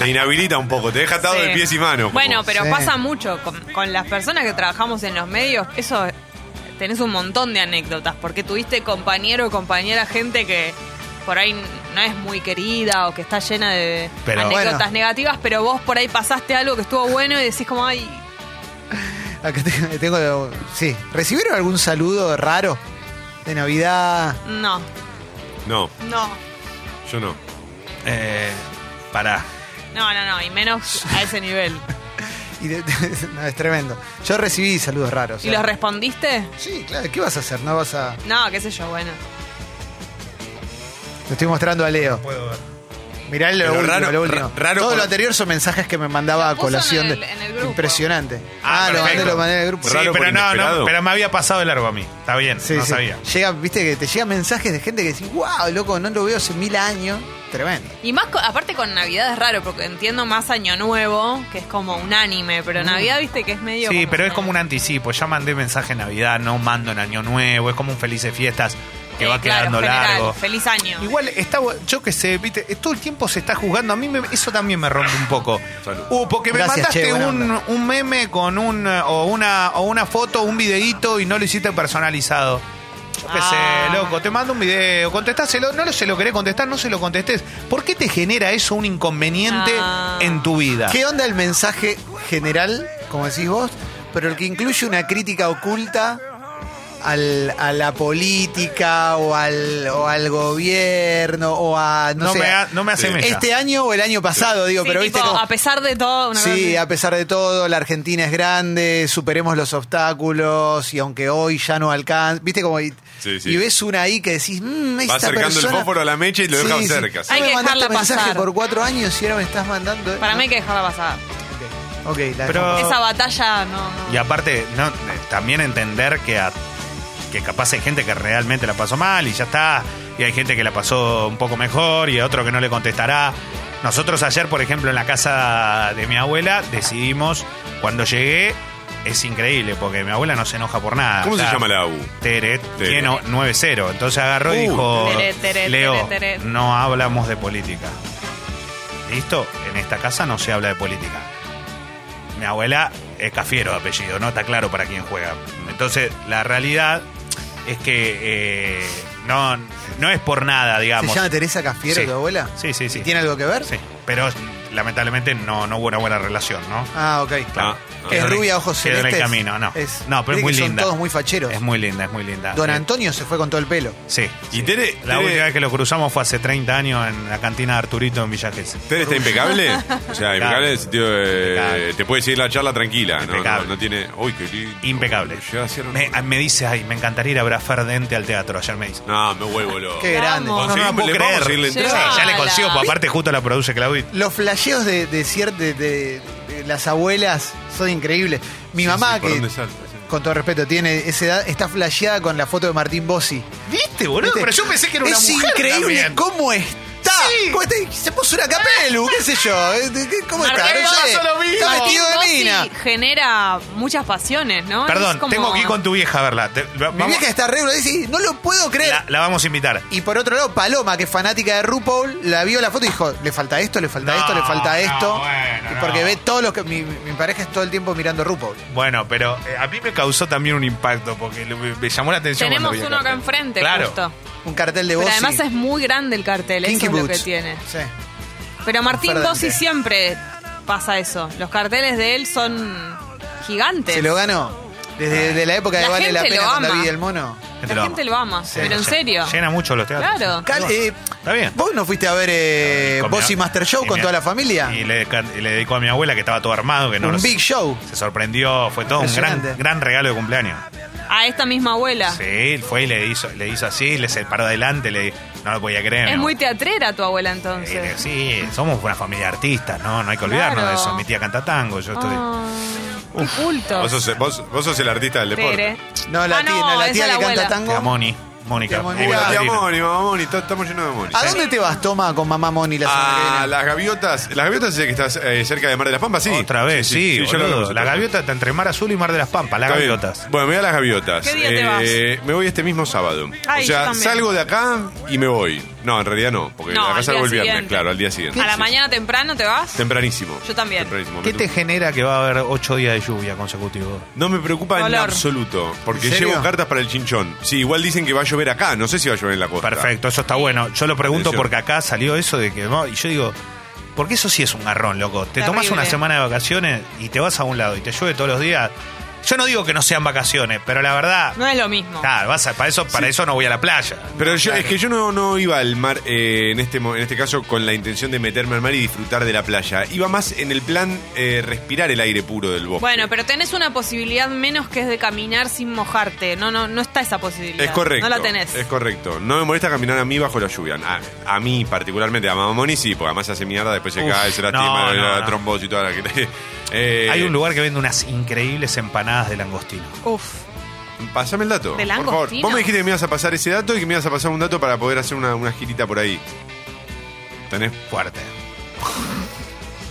Speaker 3: Te inhabilita un poco, te deja atado
Speaker 2: Sí.
Speaker 3: de pies y manos. como-
Speaker 2: Bueno, pero
Speaker 1: Sí.
Speaker 2: pasa mucho con, con las personas que trabajamos en los medios. Eso tenés un montón de anécdotas porque tuviste compañero o compañera gente que por ahí no es muy querida o que está llena de
Speaker 4: Pero-
Speaker 2: anécdotas
Speaker 1: Bueno.
Speaker 2: negativas, pero vos por ahí pasaste algo que estuvo bueno y decís como ay,
Speaker 1: Acá Ah, te- tengo, sí. ¿Recibieron algún saludo raro de Navidad?
Speaker 2: no,
Speaker 3: No,
Speaker 2: no.
Speaker 3: yo no.
Speaker 4: Eh, pará.
Speaker 2: No, no, no, y menos a ese nivel.
Speaker 1: Y de- no, es tremendo. Yo recibí saludos raros. ¿eh?
Speaker 2: ¿Y los respondiste?
Speaker 1: Sí, claro. ¿Qué vas a hacer? No vas a.
Speaker 2: No, qué sé yo, bueno.
Speaker 1: Te estoy mostrando a Leo. Mirá lo
Speaker 3: Pero
Speaker 1: último,
Speaker 3: raro-
Speaker 1: lo último.
Speaker 3: ra- raro
Speaker 1: Todo
Speaker 3: por-
Speaker 1: lo anterior son mensajes que me mandaba a
Speaker 2: Lo puso en
Speaker 1: colación.
Speaker 2: el-
Speaker 1: de-
Speaker 2: en el grupo.
Speaker 1: Impresionante.
Speaker 4: Ah,
Speaker 1: Ah, lo mandé,
Speaker 4: perfecto.
Speaker 1: lo mandé en el grupo.
Speaker 4: Sí,
Speaker 3: Raro por
Speaker 4: pero no, no,
Speaker 3: inesperado.
Speaker 4: pero me había pasado de largo a mí. Está bien,
Speaker 1: Sí,
Speaker 4: no
Speaker 1: sí.
Speaker 4: sabía.
Speaker 1: Llega, viste que te llegan mensajes de gente que dice, wow, loco, no lo veo hace mil años. Tremendo.
Speaker 2: Y más, co- aparte con Navidad es raro, porque entiendo más Año Nuevo, que es como un anime, pero Navidad viste que es medio...
Speaker 4: Sí, pero es como un anticipo. Ya mandé mensaje en Navidad, no mando en Año Nuevo. Es como un felices fiestas que
Speaker 2: Eh,
Speaker 4: va
Speaker 2: claro,
Speaker 4: quedando
Speaker 2: general,
Speaker 4: largo.
Speaker 2: Feliz año.
Speaker 4: Igual está, bu- yo que sé, viste, eh, todo el tiempo se está juzgando. A mí me- eso también me rompe un poco.
Speaker 3: Salud.
Speaker 4: Uh, porque me
Speaker 1: Gracias,
Speaker 4: mandaste
Speaker 1: che, buena
Speaker 4: un,
Speaker 1: onda.
Speaker 4: un meme con un eh, o una o una foto, un videíto y no lo hiciste personalizado. Yo qué
Speaker 2: Ah.
Speaker 4: sé, loco, te mando un video, contestáselo, no lo se lo querés contestar, no se lo contestes. ¿Por qué te genera eso un inconveniente
Speaker 2: Ah.
Speaker 4: en tu vida?
Speaker 1: ¿Qué onda el mensaje general, como decís vos, pero el que incluye una crítica oculta al- a la política o al, o al gobierno o a... No,
Speaker 4: No,
Speaker 1: sé,
Speaker 4: me, ha- no me hace mella.
Speaker 1: este año o el año pasado, digo,
Speaker 2: Sí,
Speaker 1: pero
Speaker 2: tipo,
Speaker 1: viste como-
Speaker 2: a pesar de todo... una cosa
Speaker 1: Sí,
Speaker 2: así.
Speaker 1: a pesar de todo, la Argentina es grande, superemos los obstáculos y aunque hoy ya no alcanza, viste como y,
Speaker 3: Sí, sí.
Speaker 1: y ves una ahí que decís, "Mm, esta
Speaker 3: Va acercando
Speaker 1: persona-
Speaker 3: el fósforo a la mecha y lo
Speaker 1: Sí,
Speaker 3: deja
Speaker 1: sí.
Speaker 3: cerca.
Speaker 1: Ah,
Speaker 2: Hay
Speaker 1: me
Speaker 2: que
Speaker 1: mandaste
Speaker 2: dejarla
Speaker 1: mensaje
Speaker 2: pasar.
Speaker 1: por cuatro años y ahora me estás mandando.
Speaker 2: Para mí hay que dejarla pasar.
Speaker 1: Ok, la
Speaker 4: Pero-
Speaker 1: dejamos.
Speaker 2: Esa batalla no... no.
Speaker 4: Ah. Y aparte, no, eh, también entender que, a- que capaz hay gente que realmente la pasó mal y ya está. Y hay gente que la pasó un poco mejor y otro que no le contestará. Nosotros ayer, por ejemplo, en la casa de mi abuela, decidimos, cuando llegué, es increíble, porque mi abuela no se enoja por nada.
Speaker 3: ¿Cómo
Speaker 4: O
Speaker 3: se
Speaker 4: sea,
Speaker 3: llama la U?
Speaker 4: Teret,
Speaker 3: Teret.
Speaker 4: tiene 9-0. Entonces agarró y
Speaker 3: Uh,
Speaker 4: dijo,
Speaker 2: Teret, Teret,
Speaker 4: Leo,
Speaker 2: Teret, Teret".
Speaker 4: no hablamos de política. ¿Listo? En esta casa no se habla de política. Mi abuela es Cafiero de apellido, ¿no? Está claro para quién juega. Entonces, la realidad es que eh, no, no es por nada,
Speaker 1: ¿Se
Speaker 4: digamos.
Speaker 1: llama Teresa Cafiero,
Speaker 4: Sí.
Speaker 1: tu abuela?
Speaker 4: Sí, sí, sí.
Speaker 1: ¿Y tiene algo que ver?
Speaker 4: Sí, pero lamentablemente no, no hubo una buena relación, ¿no?
Speaker 1: Ah, ok.
Speaker 3: Ah, ah.
Speaker 1: Es
Speaker 4: Quedó en-
Speaker 1: rubia, ojos
Speaker 4: quedó en
Speaker 1: celestes.
Speaker 4: el camino, no.
Speaker 1: Es-
Speaker 4: no, pero
Speaker 1: viste
Speaker 4: es muy
Speaker 1: que son
Speaker 4: linda.
Speaker 1: todos muy facheros.
Speaker 4: Es muy linda, es muy linda.
Speaker 1: Don
Speaker 4: Eh,
Speaker 1: Antonio se fue con todo el pelo.
Speaker 4: Sí.
Speaker 3: ¿Y Tere,
Speaker 4: La
Speaker 3: Tere-
Speaker 4: última vez que lo cruzamos fue hace 30 años en la cantina de Arturito en Villa Gesell.
Speaker 3: Tere está impecable? O sea, impecable en el sentido de-
Speaker 4: Impecable.
Speaker 3: Te puede seguir la charla tranquila. ¿no? No,
Speaker 4: Impecable.
Speaker 3: no tiene... Uy, qué lindo.
Speaker 4: Impecable.
Speaker 3: Llega a ser un-
Speaker 4: Me, a- me dice, ay, me encantaría ir a ver a Ferdente al teatro. Ayer me dice.
Speaker 3: No, me vuelvo loco.
Speaker 1: Qué grande.
Speaker 2: Vamos.
Speaker 3: Conseguimos-
Speaker 4: No, no, no puedo
Speaker 3: ¿le podemos
Speaker 4: creer.
Speaker 3: seguir la
Speaker 2: Sí,
Speaker 3: entrada?
Speaker 4: ya le
Speaker 2: Hola.
Speaker 4: consigo, porque aparte justo la produce Claudit.
Speaker 1: Los flasheos de, de cier- de- de- eh, las abuelas son increíbles. Mi
Speaker 3: Sí,
Speaker 1: mamá,
Speaker 3: sí, ¿por
Speaker 1: que
Speaker 3: dónde salta? Sí.
Speaker 1: con todo respeto tiene esa edad, está flasheada con la foto de Martín Bossi.
Speaker 4: ¿Viste, boludo?
Speaker 1: ¿Viste?
Speaker 4: Pero yo pensé que era una
Speaker 1: es
Speaker 4: mujer.
Speaker 1: increíble
Speaker 4: también.
Speaker 1: cómo está.
Speaker 4: Sí.
Speaker 1: ¿Cómo está? Se puso una capelu, qué sé yo. eh, de- de- ¿Cómo está?
Speaker 2: Martín
Speaker 1: No sé.
Speaker 4: Bossi lo mismo.
Speaker 1: Está vestido de
Speaker 2: Bossi
Speaker 1: mina.
Speaker 2: genera muchas pasiones, ¿no? Es
Speaker 4: Perdón,
Speaker 2: como-
Speaker 4: tengo que ir con tu vieja a verla. Te- va-
Speaker 1: Mi
Speaker 4: vamos-
Speaker 1: vieja está re y dice, no lo puedo creer.
Speaker 4: la, la vamos a invitar.
Speaker 1: Y por otro lado, Paloma, que es fanática de RuPaul, la vio la foto y dijo, le falta esto, le falta
Speaker 4: No,
Speaker 1: esto, le falta
Speaker 4: no,
Speaker 1: esto.
Speaker 4: bueno,
Speaker 1: Y porque
Speaker 4: no.
Speaker 1: ve todos los que... Mi, mi pareja es todo el tiempo mirando RuPaul.
Speaker 4: Bueno, pero eh, a mí me causó también un impacto porque lo- me, me llamó la atención. cuando
Speaker 2: Tenemos
Speaker 4: vi el
Speaker 2: uno acá
Speaker 4: cartel.
Speaker 2: enfrente,
Speaker 4: Claro.
Speaker 2: justo.
Speaker 1: Un cartel de
Speaker 2: Pero
Speaker 1: voz.
Speaker 2: además es muy grande el cartel,
Speaker 1: Kinky
Speaker 2: eso es lo que
Speaker 1: Boots.
Speaker 2: tiene.
Speaker 1: Sí.
Speaker 2: Pero Martín
Speaker 1: Fernández.
Speaker 2: Bossi siempre pasa eso. Los carteles de él son gigantes.
Speaker 1: Se lo ganó. Desde de la época de
Speaker 2: La
Speaker 1: Vale la
Speaker 2: gente lo
Speaker 1: Pena con
Speaker 2: ama.
Speaker 1: David el Mono.
Speaker 2: La gente lo ama, pero en
Speaker 4: Llena-
Speaker 2: serio.
Speaker 4: Llena mucho los teatros.
Speaker 2: Claro.
Speaker 1: Cal- eh,
Speaker 4: Está bien.
Speaker 1: ¿Vos no fuiste a ver eh,
Speaker 4: Con mi
Speaker 1: Bossy
Speaker 4: ab-
Speaker 1: Master Show
Speaker 4: y
Speaker 1: con
Speaker 4: mi-
Speaker 1: toda la familia?
Speaker 4: Y le, can- y le dedicó a mi abuela que estaba todo armado, que no
Speaker 1: un
Speaker 4: lo-
Speaker 1: big show.
Speaker 4: Se sorprendió, fue todo un gran,
Speaker 1: Impresionante. Ah.
Speaker 4: gran regalo de cumpleaños.
Speaker 2: A esta misma abuela.
Speaker 4: Sí, fue y le hizo, le hizo así, le se paró adelante, le no lo podía creer.
Speaker 2: Es
Speaker 4: ¿no?
Speaker 2: muy teatrera tu abuela
Speaker 4: Y le-
Speaker 2: entonces.
Speaker 4: Sí, somos una familia de artistas, ¿no? No hay que olvidarnos
Speaker 2: Claro.
Speaker 4: de eso. Mi tía canta tango, yo estoy.
Speaker 2: Ah, qué culto.
Speaker 3: Vos sos, vos- vos sos el artista del
Speaker 2: Tere.
Speaker 3: deporte.
Speaker 1: No, la
Speaker 2: Ah,
Speaker 1: tía, no, la
Speaker 2: esa
Speaker 1: tía
Speaker 2: es
Speaker 1: que
Speaker 2: abuela.
Speaker 1: canta
Speaker 4: Tía
Speaker 1: tango.
Speaker 4: Moni, Mónica.
Speaker 1: Tía Moni.
Speaker 4: Viva
Speaker 1: Hola,
Speaker 3: Tía
Speaker 4: Catarina.
Speaker 3: Moni, mamá Moni, to- estamos llenos de Moni.
Speaker 1: ¿A dónde te vas, Toma, con mamá Moni la semana que
Speaker 3: A
Speaker 1: viene?
Speaker 3: Ah, las gaviotas. Las gaviotas es que estás eh, cerca de Mar de las Pampas, sí.
Speaker 4: Otra vez, sí,
Speaker 3: ya lo
Speaker 4: boludo.
Speaker 3: hablamos otra
Speaker 4: La
Speaker 3: vez.
Speaker 4: gaviota está entre Mar Azul y Mar de las Pampas, las
Speaker 3: Está bien.
Speaker 4: gaviotas.
Speaker 3: Bueno, me voy a las gaviotas.
Speaker 2: ¿Qué día te
Speaker 3: Me voy este mismo sábado.
Speaker 2: Ay, yo
Speaker 3: o sea,
Speaker 2: también.
Speaker 3: salgo de acá y me voy. No, en realidad no, porque
Speaker 2: No,
Speaker 3: de acá
Speaker 2: al
Speaker 3: salgo
Speaker 2: día
Speaker 3: el viernes,
Speaker 2: siguiente.
Speaker 3: claro, al día siguiente.
Speaker 2: ¿A la
Speaker 3: Sí,
Speaker 2: mañana temprano te vas?
Speaker 3: sí. Tempranísimo.
Speaker 2: Yo también.
Speaker 3: Tempranísimo.
Speaker 4: ¿Qué
Speaker 3: Me
Speaker 4: te
Speaker 3: tu-
Speaker 4: genera que va a haber ocho días de lluvia consecutivos?
Speaker 3: No me preocupa en
Speaker 2: Dolor.
Speaker 3: absoluto, porque
Speaker 1: ¿En serio?
Speaker 3: llevo cartas para el chinchón. Sí, igual dicen que va a llover acá, no sé si va a llover en la costa.
Speaker 4: Perfecto, eso está bueno. Yo lo pregunto
Speaker 3: Atención.
Speaker 4: porque acá salió eso de que. ¿no? Y yo digo, porque eso sí es un garrón, loco. Te tomas
Speaker 2: Terrible.
Speaker 4: una semana de vacaciones y te vas a un lado y te llueve todos los días. Yo no digo que no sean vacaciones, pero la verdad.
Speaker 2: No es lo mismo.
Speaker 4: Claro, vas a- para eso, para eso no voy a la playa.
Speaker 3: Pero yo- es que yo no, no iba al mar, eh, en, este, mo- en este caso, con la intención de meterme al mar y disfrutar de la playa. Iba más en el plan eh, respirar el aire puro del bosque.
Speaker 2: Bueno, pero tenés una posibilidad menos que es de caminar sin mojarte. No, no, no está esa posibilidad.
Speaker 3: Es correcto.
Speaker 2: No la tenés.
Speaker 3: Es correcto. No me molesta caminar a mí bajo la lluvia. Ah, A, a mí particularmente, a Mamamoni sí, porque además se hace mierda, después se
Speaker 4: Uf,
Speaker 3: cae, se
Speaker 4: no,
Speaker 3: lastima,
Speaker 4: no,
Speaker 3: la
Speaker 4: no.
Speaker 3: trombosis y toda la que... Eh,
Speaker 4: Hay un lugar que vende unas increíbles empanadas de langostino.
Speaker 2: Uf.
Speaker 3: Pasame el dato,
Speaker 2: Del
Speaker 3: por favor.
Speaker 2: langostino.
Speaker 3: Vos me dijiste que me ibas a pasar ese dato y que me ibas a pasar un dato para poder hacer una, una girita por ahí. ¿Tenés?
Speaker 4: Fuerte.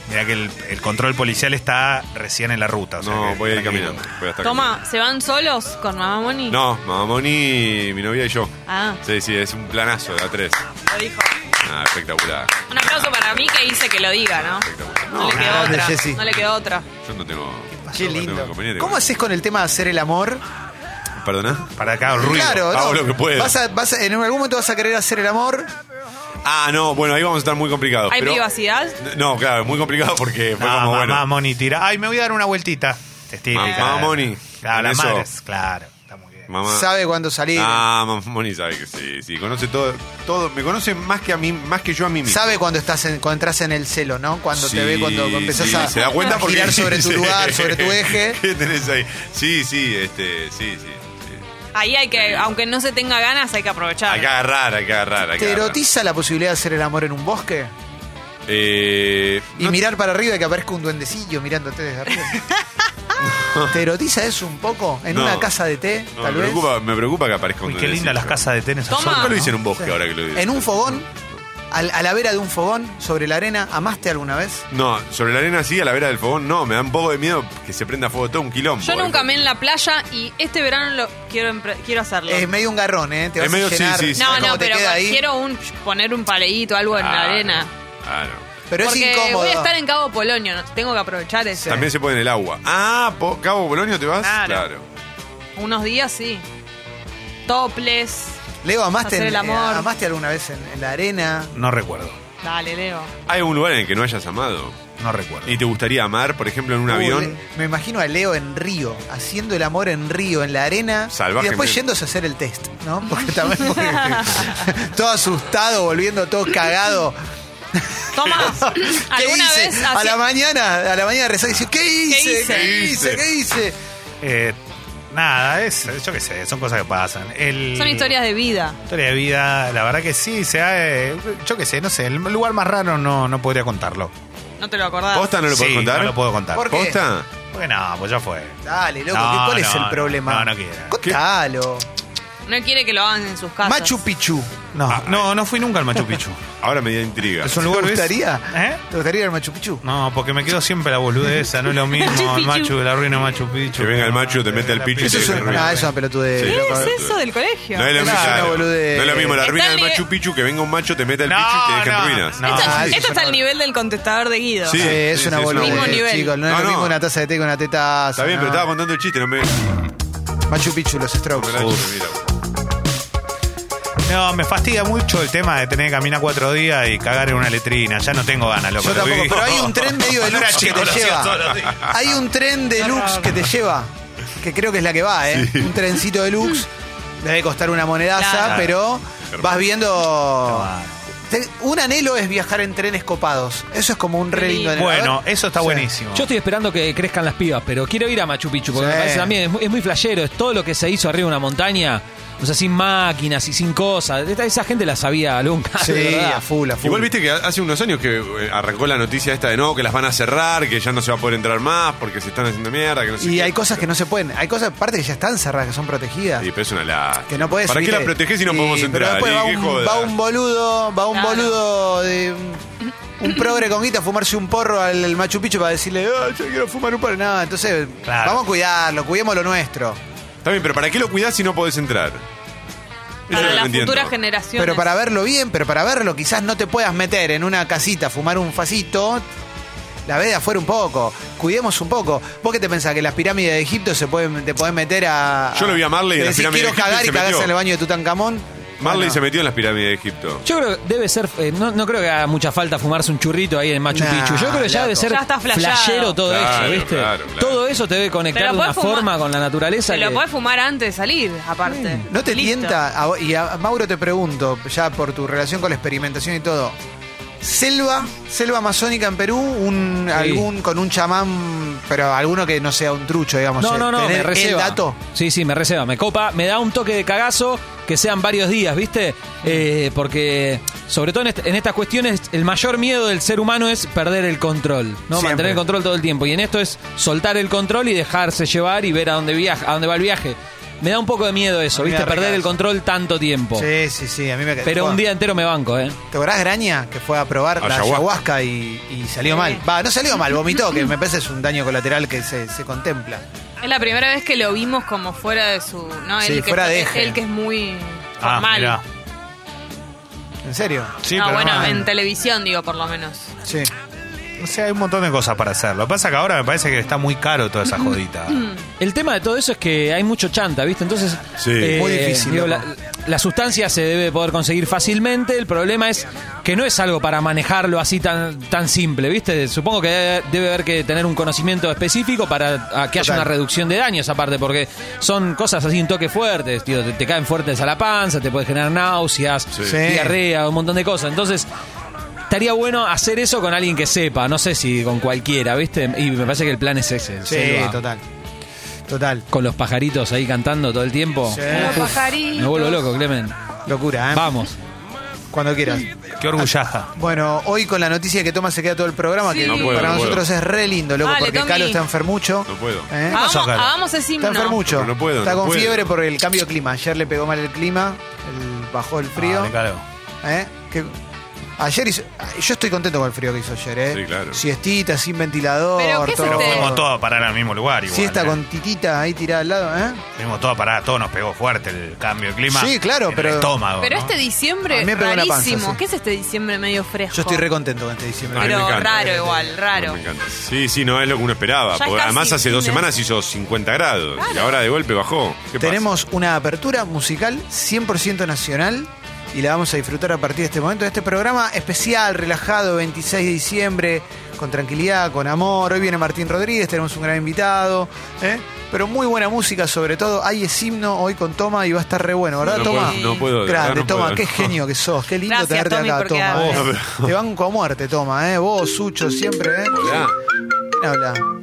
Speaker 4: Mira que el, el control policial está recién en la ruta. o sea
Speaker 3: No,
Speaker 4: que-
Speaker 3: voy a ir
Speaker 4: tranquilo.
Speaker 3: caminando. Voy a estar
Speaker 2: Toma, ¿se van solos con mamá Moni?
Speaker 3: caminando. No, Mamamoni, mi novia y yo.
Speaker 2: Ah.
Speaker 3: Sí, sí, es un planazo de A3.
Speaker 2: Lo dijo.
Speaker 3: Ah, espectacular.
Speaker 2: Un aplauso para mí que hice que lo diga, ¿no?
Speaker 3: Espectacular.
Speaker 2: No le quedó
Speaker 1: grande,
Speaker 2: otra.
Speaker 1: Jessy.
Speaker 2: No le quedó otra.
Speaker 3: Yo no tengo.
Speaker 1: Qué
Speaker 3: no tengo
Speaker 1: lindo.
Speaker 3: compañero.
Speaker 1: ¿Cómo haces con el tema de hacer el amor?
Speaker 3: ¿Perdona?
Speaker 4: Para acá, ruido.
Speaker 1: Claro,
Speaker 3: Hago
Speaker 1: no.
Speaker 3: lo que puedo.
Speaker 1: Vas a- vas a- en algún momento vas a querer hacer el amor.
Speaker 3: Ah, no, bueno, ahí vamos a estar muy complicados.
Speaker 2: ¿Hay
Speaker 3: pero-
Speaker 2: privacidad?
Speaker 3: No, claro, muy complicado porque fue
Speaker 4: No,
Speaker 1: Ah,
Speaker 3: como
Speaker 4: mamá
Speaker 3: bueno.
Speaker 4: Moni tira. Ay, me voy a dar una vueltita. Es típica.
Speaker 3: Mamá Moni.
Speaker 4: Claro,
Speaker 3: En
Speaker 4: las
Speaker 3: eso.
Speaker 4: madres, claro. Está muy bien.
Speaker 3: Mamá.
Speaker 1: Sabe cuándo salir.
Speaker 3: Ah, mamá Moni sabe que sí, sí, conoce todo, todo, me conoce más que a mí, más que yo a mí mismo.
Speaker 1: Sabe cuando estás en, cuando entras en el celo, ¿no? Cuando
Speaker 3: Sí,
Speaker 1: te ve, cuando empezás
Speaker 3: sí,
Speaker 1: a,
Speaker 3: se da cuenta
Speaker 1: a
Speaker 3: porque-
Speaker 1: girar sobre tu
Speaker 3: sí.
Speaker 1: lugar, sobre tu eje.
Speaker 3: ¿Qué tenés ahí? Sí, sí, este, sí, sí. sí.
Speaker 2: Ahí hay que, aunque no se tenga ganas, hay que aprovechar.
Speaker 3: Hay que agarrar, hay que agarrar, hay
Speaker 1: ¿Te
Speaker 3: que agarrar.
Speaker 1: erotiza la posibilidad de hacer el amor en un bosque?
Speaker 3: Eh,
Speaker 1: Y
Speaker 3: no-
Speaker 1: mirar para arriba y que aparezca un duendecillo mirándote desde arriba. ¿Te erotiza eso un poco? ¿En
Speaker 3: No.
Speaker 1: una casa de té,
Speaker 3: no,
Speaker 1: tal
Speaker 3: me,
Speaker 1: vez?
Speaker 3: preocupa, me preocupa que aparezca un
Speaker 4: Uy, qué linda
Speaker 3: duendecillo.
Speaker 4: las casas de tenis.
Speaker 2: Toma.
Speaker 4: azules,
Speaker 3: Nunca lo
Speaker 4: ¿no?
Speaker 3: hice en un bosque, ahora que lo digo.
Speaker 1: ¿En un fogón? Al- ¿A la vera de un fogón? ¿Sobre la arena? ¿Amaste alguna vez?
Speaker 3: No, sobre la arena sí, a la vera del fogón no, me da un poco de miedo que se prenda fuego todo un quilombo. ¿eh?
Speaker 2: Yo nunca me en la playa y este verano lo quiero empre- quiero hacerlo.
Speaker 1: Es medio un garrón, ¿eh? Te
Speaker 3: Es
Speaker 1: vas
Speaker 3: medio-
Speaker 1: a
Speaker 3: sí,
Speaker 1: llenar.
Speaker 3: sí, sí.
Speaker 2: no,
Speaker 1: ¿Cómo
Speaker 2: no,
Speaker 1: te
Speaker 2: pero
Speaker 1: queda ahí?
Speaker 2: quiero un, poner un paleíto, algo en la
Speaker 3: Ah,
Speaker 2: arena.
Speaker 3: Ah, no.
Speaker 1: Pero
Speaker 2: Porque
Speaker 1: es incómodo.
Speaker 2: voy a estar en Cabo Polonio, no- tengo que aprovechar eso.
Speaker 3: También se puede en el agua. Ah, po- Cabo Bolonio te vas.
Speaker 2: Claro. Unos días sí. Toples.
Speaker 1: Leo, ¿amaste,
Speaker 2: Hacer
Speaker 1: en-
Speaker 2: el amor.
Speaker 1: eh, amaste alguna vez en, en la arena?
Speaker 4: No recuerdo.
Speaker 2: Dale, Leo.
Speaker 3: ¿Hay algún lugar en el que no hayas amado?
Speaker 4: No recuerdo.
Speaker 3: ¿Y te gustaría amar, por ejemplo, en un
Speaker 1: Uy,
Speaker 3: avión?
Speaker 1: me imagino a Leo en Río, haciendo el amor en Río, en la arena.
Speaker 3: Salvaje,
Speaker 1: Y después
Speaker 3: me-
Speaker 1: yéndose a hacer el test, ¿no? Porque también. porque- todo asustado, volviendo todo cagado.
Speaker 2: Tomás,
Speaker 1: ¿Qué
Speaker 2: ¿alguna
Speaker 1: hice?
Speaker 2: vez
Speaker 1: A
Speaker 2: hacía-
Speaker 1: la mañana, a la mañana rezar y decir, ¿qué hice?
Speaker 2: hice?
Speaker 1: ¿Qué hice?
Speaker 3: hice?
Speaker 1: ¿Qué hice?
Speaker 4: Eh, nada, es, yo qué sé, son cosas que pasan. El-
Speaker 2: Son historias de vida.
Speaker 4: Historia de vida, la verdad que sí, se ha, eh, yo qué sé, no sé, el lugar más raro no, no podría contarlo.
Speaker 2: No te lo acordás.
Speaker 3: ¿Posta no lo puedes
Speaker 4: Sí,
Speaker 3: contar?
Speaker 4: No lo puedo contar.
Speaker 1: ¿Por qué?
Speaker 3: ¿Posta?
Speaker 4: Porque no, pues ya fue.
Speaker 1: Dale, loco,
Speaker 4: No,
Speaker 1: ¿qué- ¿cuál
Speaker 4: no,
Speaker 1: es el
Speaker 4: no,
Speaker 1: problema?
Speaker 4: no, no quiero.
Speaker 1: Contalo.
Speaker 2: No quiere que lo hagan en sus casas.
Speaker 1: Machu Picchu.
Speaker 4: No,
Speaker 3: Ah, eh.
Speaker 4: no, no fui nunca al Machu Picchu.
Speaker 3: Ahora me da intriga.
Speaker 4: Es un lugar,
Speaker 1: ¿Te
Speaker 4: ¿ves?
Speaker 1: gustaría?
Speaker 4: ¿Eh?
Speaker 1: ¿Te gustaría ir al Machu Picchu?
Speaker 4: No, porque me quedo siempre la boludeza, no es lo mismo.
Speaker 2: Machu
Speaker 4: El Machu,
Speaker 2: Picchu.
Speaker 4: la ruina de Machu Picchu.
Speaker 3: Que venga el Machu, te
Speaker 4: No,
Speaker 3: mete el
Speaker 4: la
Speaker 3: Picchu y
Speaker 4: pizza
Speaker 3: te
Speaker 1: Eso es
Speaker 4: que
Speaker 3: una-
Speaker 4: me
Speaker 1: una,
Speaker 4: río.
Speaker 1: ah, eso es una pelotudez.
Speaker 3: Sí.
Speaker 2: ¿Qué
Speaker 1: loco.
Speaker 2: es eso del colegio?
Speaker 3: No es, lo
Speaker 1: Claro,
Speaker 3: mismo, claro.
Speaker 1: boludez.
Speaker 3: no es lo mismo la
Speaker 2: Está
Speaker 3: ruina del
Speaker 2: ni-
Speaker 3: Machu Picchu que venga un macho, te meta el
Speaker 4: No,
Speaker 3: pichu y te deja
Speaker 4: no,
Speaker 3: en ruinas.
Speaker 4: no.
Speaker 2: esto
Speaker 1: Ah, eso
Speaker 2: es- esto
Speaker 1: es
Speaker 2: está
Speaker 1: una-
Speaker 2: al nivel del contestador de Guido.
Speaker 3: Sí.
Speaker 1: Sí, Eh, es una
Speaker 3: sí,
Speaker 1: boludez,
Speaker 2: Mismo nivel.
Speaker 1: chicos. No es
Speaker 3: No,
Speaker 1: lo
Speaker 3: no.
Speaker 1: mismo una taza de té que una teta.
Speaker 3: Está bien, pero estaba contando el chiste, no me.
Speaker 1: Machu Picchu, los Strokes.
Speaker 3: Mira.
Speaker 4: No, me fastidia mucho el tema de tener que caminar cuatro días y cagar en una letrina. Ya no tengo ganas, loco.
Speaker 1: Yo
Speaker 4: Lo
Speaker 1: tampoco,
Speaker 4: viví.
Speaker 1: pero hay un tren medio de
Speaker 4: Cuando era
Speaker 1: lux que
Speaker 4: chico
Speaker 1: te
Speaker 4: lo hacía todos
Speaker 1: lleva.
Speaker 4: los días.
Speaker 1: Hay un tren de lux que te lleva, que creo que es la que va, ¿eh? Un trencito de lux. Debe costar una monedaza,
Speaker 2: Claro.
Speaker 1: pero vas viendo. Te- un anhelo es viajar en trenes copados. Eso es como un re lindo anhelo.
Speaker 4: Bueno, eso está buenísimo.
Speaker 5: Yo estoy esperando que crezcan las pibas, pero quiero ir a Machu Picchu, porque
Speaker 1: Sí.
Speaker 5: me parece también, es muy, es muy flashero, es todo lo que se hizo arriba de una montaña, o sea, sin máquinas y sin cosas. Esta- Esa gente la sabía nunca.
Speaker 1: Sí,
Speaker 5: de verdad.
Speaker 1: a full, a full.
Speaker 3: Igual viste que hace unos años que eh, arrancó la noticia esta de no, que las van a cerrar, que ya no se va a poder entrar más porque se están haciendo mierda, que no sé
Speaker 1: Y
Speaker 3: qué.
Speaker 1: hay cosas que no se pueden. Hay cosas, aparte, que ya están cerradas, que son protegidas.
Speaker 3: Sí, pero es una la...
Speaker 1: Que no podés
Speaker 3: ¿Para qué
Speaker 1: ¿viste?
Speaker 3: la protegés si no
Speaker 1: Y-
Speaker 3: podemos
Speaker 1: pero
Speaker 3: entrar?
Speaker 1: después
Speaker 3: Y
Speaker 1: va,
Speaker 3: qué
Speaker 1: un,
Speaker 3: joda.
Speaker 1: va un boludo, va un
Speaker 2: Claro.
Speaker 1: boludo de un progre con guita a fumarse un porro al, al Machu Picchu para decirle, "Ah, yo quiero fumar un porro. No, entonces
Speaker 4: Claro.
Speaker 1: vamos a cuidarlo, cuidemos lo nuestro.
Speaker 3: Está bien, pero ¿para qué lo cuidás si no podés entrar? Eso es lo
Speaker 2: Para
Speaker 3: que
Speaker 2: las
Speaker 3: entiendo.
Speaker 2: futuras generaciones.
Speaker 1: Pero para verlo bien, pero para verlo quizás no te puedas meter en una casita a fumar un facito. La veda afuera un poco, cuidemos un poco. ¿Vos qué te pensás? ¿Que las pirámides de Egipto se pueden, te podés meter a.
Speaker 3: Yo lo vi a Marley
Speaker 1: le
Speaker 3: en las
Speaker 1: decís,
Speaker 3: pirámides
Speaker 1: quiero
Speaker 3: de Egipto y
Speaker 1: cagar y
Speaker 3: se
Speaker 1: cagás
Speaker 3: metió.
Speaker 1: en el baño de Tutankamón?
Speaker 3: Marley
Speaker 1: Bueno.
Speaker 3: se metió en las pirámides de Egipto.
Speaker 5: Yo creo que debe ser, eh, no, no creo que haga mucha falta fumarse un churrito ahí en Machu
Speaker 1: Nah,
Speaker 5: Picchu. Yo creo que ya
Speaker 1: loco.
Speaker 5: debe ser
Speaker 2: Ya está flasheado.
Speaker 5: flashero todo
Speaker 3: Claro,
Speaker 5: eso, ¿viste?
Speaker 3: claro, claro.
Speaker 5: Todo eso te debe
Speaker 2: Te
Speaker 5: conectar
Speaker 2: lo
Speaker 5: de una
Speaker 2: podés fumar-
Speaker 5: forma con la naturaleza.
Speaker 2: Se lo
Speaker 5: que-
Speaker 2: podés fumar antes de salir, aparte.
Speaker 1: ¿No te
Speaker 2: Listo.
Speaker 1: tienta? A vo- y a Mauro te pregunto, ya por tu relación con la experimentación y todo. Selva, selva amazónica en Perú, un, algún con un chamán, pero alguno que no sea un trucho, digamos.
Speaker 5: No,
Speaker 1: eh,
Speaker 5: no, no,
Speaker 1: tener
Speaker 5: me
Speaker 1: el
Speaker 5: receba.
Speaker 1: dato.
Speaker 5: Sí, sí, me receba, me copa, me da un toque de cagazo que sean varios días, ¿viste?
Speaker 1: Mm.
Speaker 5: Eh, porque, sobre todo en, est- en estas cuestiones, el mayor miedo del ser humano es perder el control, ¿no?
Speaker 1: Siempre.
Speaker 5: Mantener el control todo el tiempo. Y en esto es soltar el control y dejarse llevar y ver a dónde viaja, a dónde va el viaje. Me da un poco de miedo eso,
Speaker 1: A mí me da
Speaker 5: ¿viste?
Speaker 1: re
Speaker 5: Perder el
Speaker 1: cagazo.
Speaker 5: control tanto tiempo.
Speaker 1: Sí, sí, sí, a mí me
Speaker 5: Oh. Pero un día entero me banco, ¿eh?
Speaker 1: ¿Te acordás Graña? Que fue a probar la
Speaker 3: Ayahuasca.
Speaker 1: ayahuasca y, y salió mal. Va, no salió mal, vomitó, que me parece es un daño colateral que se, se contempla.
Speaker 2: Es la primera vez que lo vimos como fuera de su. ¿no?
Speaker 1: Sí,
Speaker 2: que
Speaker 1: fuera de
Speaker 2: el-
Speaker 1: eje.
Speaker 2: el que es muy
Speaker 4: Ah,
Speaker 2: formal.
Speaker 4: mirá.
Speaker 1: ¿En serio?
Speaker 4: Sí,
Speaker 2: no,
Speaker 4: pero
Speaker 2: bueno,
Speaker 4: no.
Speaker 2: en televisión, digo, por lo menos.
Speaker 1: Sí.
Speaker 4: O sea, hay un montón de cosas para hacer. Lo que pasa es que ahora me parece que está muy caro toda esa jodita.
Speaker 5: El tema de todo eso es que hay mucho chanta, ¿viste? Entonces, eh,
Speaker 3: Sí.
Speaker 1: Muy difícil,
Speaker 5: digo, la,
Speaker 1: loco.
Speaker 5: la sustancia se debe poder conseguir fácilmente. El problema es que no es algo para manejarlo así tan, tan simple, ¿viste? Supongo que debe, debe haber que tener un conocimiento específico para a que haya
Speaker 1: Total.
Speaker 5: una reducción de daños, aparte, porque son cosas así un toque fuertes, tío. Te, te caen fuertes a la panza, te puede generar náuseas,
Speaker 1: Sí.
Speaker 5: diarrea, un montón de cosas. Entonces. Estaría bueno hacer eso con alguien que sepa, no sé si con cualquiera, ¿viste? Y me parece que el plan es ese. el
Speaker 1: Sí,
Speaker 5: selva
Speaker 1: total. Total.
Speaker 5: con los pajaritos ahí cantando todo el tiempo.
Speaker 1: Sí.
Speaker 2: Los pajaritos.
Speaker 5: Me vuelvo loco, Clemen.
Speaker 1: Locura, ¿eh?
Speaker 5: Vamos.
Speaker 1: Cuando quieras.
Speaker 4: Qué orgullaja.
Speaker 1: Bueno, hoy con la noticia que toma se queda todo el programa,
Speaker 2: Sí.
Speaker 1: que
Speaker 2: No
Speaker 3: puedo,
Speaker 1: para
Speaker 3: no puedo.
Speaker 1: nosotros es re lindo, loco,
Speaker 2: Dale,
Speaker 1: porque
Speaker 2: Tommy.
Speaker 1: Calo está enfermucho.
Speaker 3: No puedo. Ah,
Speaker 1: ¿Eh?
Speaker 2: Hagamos,
Speaker 4: pasó, Caro?
Speaker 2: hagamos ese
Speaker 1: Está
Speaker 2: himno.
Speaker 1: enfermucho.
Speaker 3: No puedo,
Speaker 1: está
Speaker 3: no
Speaker 1: con
Speaker 3: puedo.
Speaker 1: fiebre por el cambio de clima. Ayer le pegó mal el clima, el- bajó el frío.
Speaker 4: Ah, me cargo.
Speaker 1: ¿eh? Que- ayer hizo- yo estoy contento con el frío que hizo ayer, ¿eh?
Speaker 3: Sí, claro.
Speaker 1: Siestita, sin ventilador,
Speaker 2: Pero, ¿qué es
Speaker 1: todo.
Speaker 4: Pero
Speaker 2: este-
Speaker 4: fuimos todos a parar al mismo lugar igual.
Speaker 1: Siesta
Speaker 4: ¿eh?
Speaker 1: con titita ahí tirada al lado, ¿eh?
Speaker 4: Fuimos todos a parar, todos nos pegó fuerte el cambio de clima.
Speaker 1: Sí, claro,
Speaker 4: en el
Speaker 1: pero-
Speaker 4: estómago.
Speaker 2: Pero
Speaker 4: ¿no?
Speaker 2: este
Speaker 1: A mí
Speaker 2: diciembre,
Speaker 1: me pegó la panza,
Speaker 2: rarísimo.
Speaker 1: sí.
Speaker 2: ¿Qué es este diciembre medio fresco?
Speaker 1: Yo estoy re contento con este diciembre.
Speaker 3: A mí me
Speaker 2: Pero
Speaker 3: encanta.
Speaker 2: raro igual, raro.
Speaker 3: Me encanta. Sí, sí, no es lo que uno esperaba.
Speaker 2: Ya
Speaker 3: porque
Speaker 2: está
Speaker 3: además
Speaker 2: sin
Speaker 3: hace dos
Speaker 2: fines.
Speaker 3: semanas hizo 50 grados y ahora de golpe bajó. ¿Qué pasa?
Speaker 1: Tenemos una apertura musical 100% nacional y la vamos a disfrutar a partir de este momento. Este programa especial, relajado, 26 de diciembre, con tranquilidad, con amor. Hoy viene Martín Rodríguez, tenemos un gran invitado. ¿eh? Pero muy buena música, sobre todo. Hay es himno hoy con Toma y va a estar re bueno, ¿verdad,
Speaker 3: no
Speaker 1: Toma?
Speaker 3: Puedo, no puedo. de verdad
Speaker 1: Grande,
Speaker 3: no
Speaker 1: Toma,
Speaker 3: puedo. Oh,
Speaker 1: qué genio que sos. Qué lindo
Speaker 2: Gracias,
Speaker 1: tenerte
Speaker 2: Tommy,
Speaker 1: acá,
Speaker 2: porque
Speaker 1: Toma.
Speaker 2: hables.
Speaker 1: ¿eh? Te banco a muerte, Toma, ¿eh? Vos, Sucho, siempre, ¿eh?
Speaker 3: Hola.
Speaker 1: Habla.